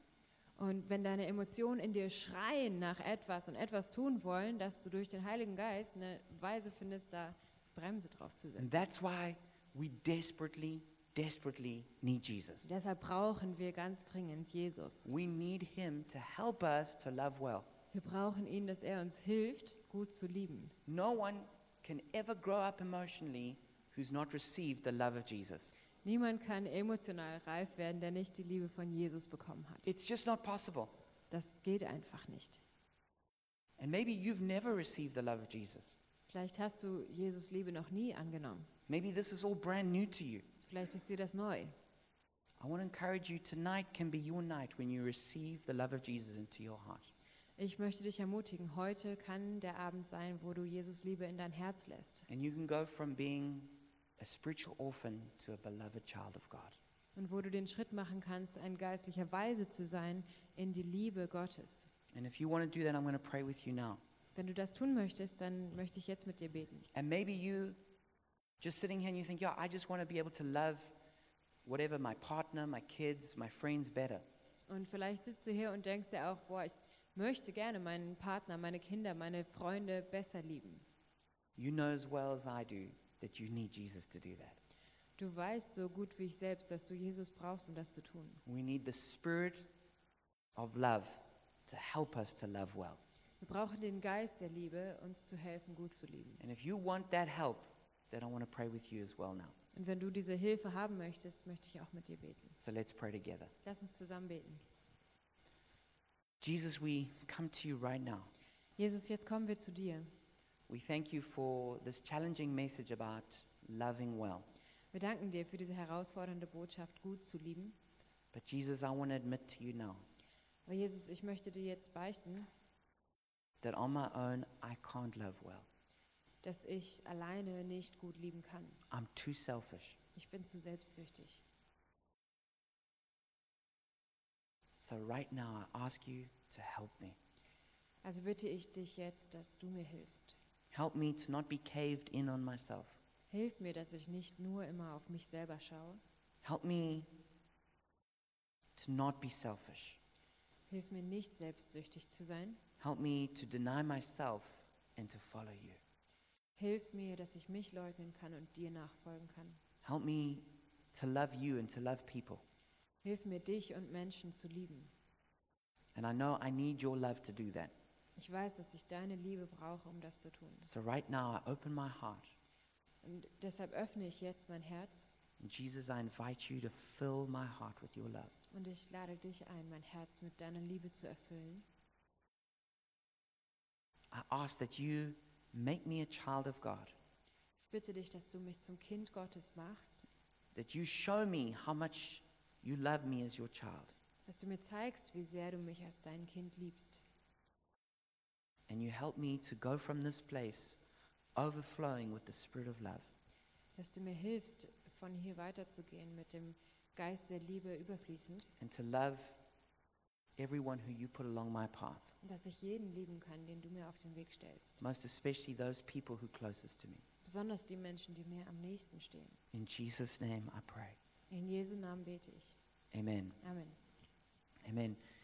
[SPEAKER 2] Und wenn deine Emotionen in dir schreien nach etwas und etwas tun wollen, dass du durch den Heiligen Geist eine Weise findest, da Bremse drauf zu setzen.
[SPEAKER 1] And that's why we desperately, desperately need Jesus.
[SPEAKER 2] Deshalb brauchen wir ganz dringend Jesus.
[SPEAKER 1] We need him to help us to love well.
[SPEAKER 2] Wir brauchen ihn, dass er uns hilft, gut zu lieben.
[SPEAKER 1] No one can ever grow up emotionally who's not received the love of Jesus.
[SPEAKER 2] Niemand kann emotional reif werden, der nicht die Liebe von Jesus bekommen hat.
[SPEAKER 1] It's just not possible.
[SPEAKER 2] Das geht einfach nicht.
[SPEAKER 1] And maybe you've never received the love of Jesus.
[SPEAKER 2] Vielleicht hast du Jesus Liebe noch nie angenommen.
[SPEAKER 1] Maybe this is all brand new to you.
[SPEAKER 2] Vielleicht ist dir das neu.
[SPEAKER 1] I want to encourage you tonight can be your night when you receive the love of Jesus into your heart.
[SPEAKER 2] Ich möchte dich ermutigen, heute kann der Abend sein, wo du Jesus Liebe in dein Herz lässt.
[SPEAKER 1] And you can go from being a spiritual orphan to a beloved child of God.
[SPEAKER 2] Und wo du den Schritt machen kannst, ein geistlicher Weise zu sein in die Liebe Gottes.
[SPEAKER 1] And if you want to do that, I'm going to pray with you now.
[SPEAKER 2] Wenn du das tun möchtest, dann möchte ich jetzt mit dir beten.
[SPEAKER 1] And maybe you just sitting here and you think, yeah, I just want to be able to love whatever my partner, my kids, my friends better.
[SPEAKER 2] Und vielleicht sitzt du hier und denkst dir auch, boah, ich möchte gerne meinen Partner, meine Kinder, meine Freunde besser lieben.
[SPEAKER 1] You know as well as I do that you need Jesus to do that.
[SPEAKER 2] Du weißt so gut wie ich selbst, dass du Jesus brauchst, um das zu tun.
[SPEAKER 1] We need the spirit of love to help us to love well.
[SPEAKER 2] Wir brauchen den Geist der Liebe, uns zu helfen, gut zu lieben.
[SPEAKER 1] And if you want that help, then I want to pray with you as well now.
[SPEAKER 2] Und wenn du diese Hilfe haben möchtest, möchte ich auch mit dir beten.
[SPEAKER 1] So let's pray together.
[SPEAKER 2] Lass uns zusammen beten.
[SPEAKER 1] Jesus, we come to you right now.
[SPEAKER 2] Jesus, jetzt kommen wir zu dir.
[SPEAKER 1] We thank you for this challenging message about loving well.
[SPEAKER 2] Wir danken dir für diese herausfordernde Botschaft, gut zu lieben.
[SPEAKER 1] But Jesus, I want to admit to you now
[SPEAKER 2] Aber Jesus, ich möchte dir jetzt beichten,
[SPEAKER 1] that on my own, I can't love well.
[SPEAKER 2] dass ich alleine nicht gut lieben kann.
[SPEAKER 1] I'm too selfish.
[SPEAKER 2] Ich bin zu selbstsüchtig.
[SPEAKER 1] So right now, I ask you to help me.
[SPEAKER 2] Also bitte ich dich jetzt, dass du mir hilfst.
[SPEAKER 1] Help me to not be caved in on myself.
[SPEAKER 2] Hilf mir, dass ich nicht nur immer auf mich selber schaue.
[SPEAKER 1] Help me to not be selfish.
[SPEAKER 2] Hilf mir nicht selbstsüchtig zu sein.
[SPEAKER 1] Help me to deny myself and to follow you.
[SPEAKER 2] Hilf mir, dass ich mich leugnen kann und dir nachfolgen kann.
[SPEAKER 1] Help me to love you and to love people.
[SPEAKER 2] Hilf mir, dich und Menschen zu lieben.
[SPEAKER 1] And I know I need your love to do that.
[SPEAKER 2] Ich weiß, dass ich deine Liebe brauche, um das zu tun.
[SPEAKER 1] So right now, I open my heart.
[SPEAKER 2] Und deshalb öffne ich jetzt mein Herz
[SPEAKER 1] And Jesus, I invite you to fill my heart with your love.
[SPEAKER 2] und ich lade dich ein, mein Herz mit deiner Liebe zu erfüllen.
[SPEAKER 1] I ask that you make me a child of God,
[SPEAKER 2] Ich bitte dich, dass du mich zum Kind Gottes machst,
[SPEAKER 1] that you show me how much you love me as your child,
[SPEAKER 2] dass du mir zeigst, wie sehr du mich als dein Kind liebst.
[SPEAKER 1] and you help me to go from this place overflowing with the spirit of love.
[SPEAKER 2] dass du mir hilfst, von hier weiterzugehen mit dem Geist der Liebe überfließend,
[SPEAKER 1] and to love everyone who you put along my path,
[SPEAKER 2] und dass ich jeden lieben kann, den du mir auf den Weg stellst,
[SPEAKER 1] most especially those people who closest to me.
[SPEAKER 2] besonders die Menschen, die mir am nächsten stehen.
[SPEAKER 1] In Jesus' name I pray.
[SPEAKER 2] In Jesu Namen bete ich.
[SPEAKER 1] Amen.
[SPEAKER 2] Amen.
[SPEAKER 1] Amen.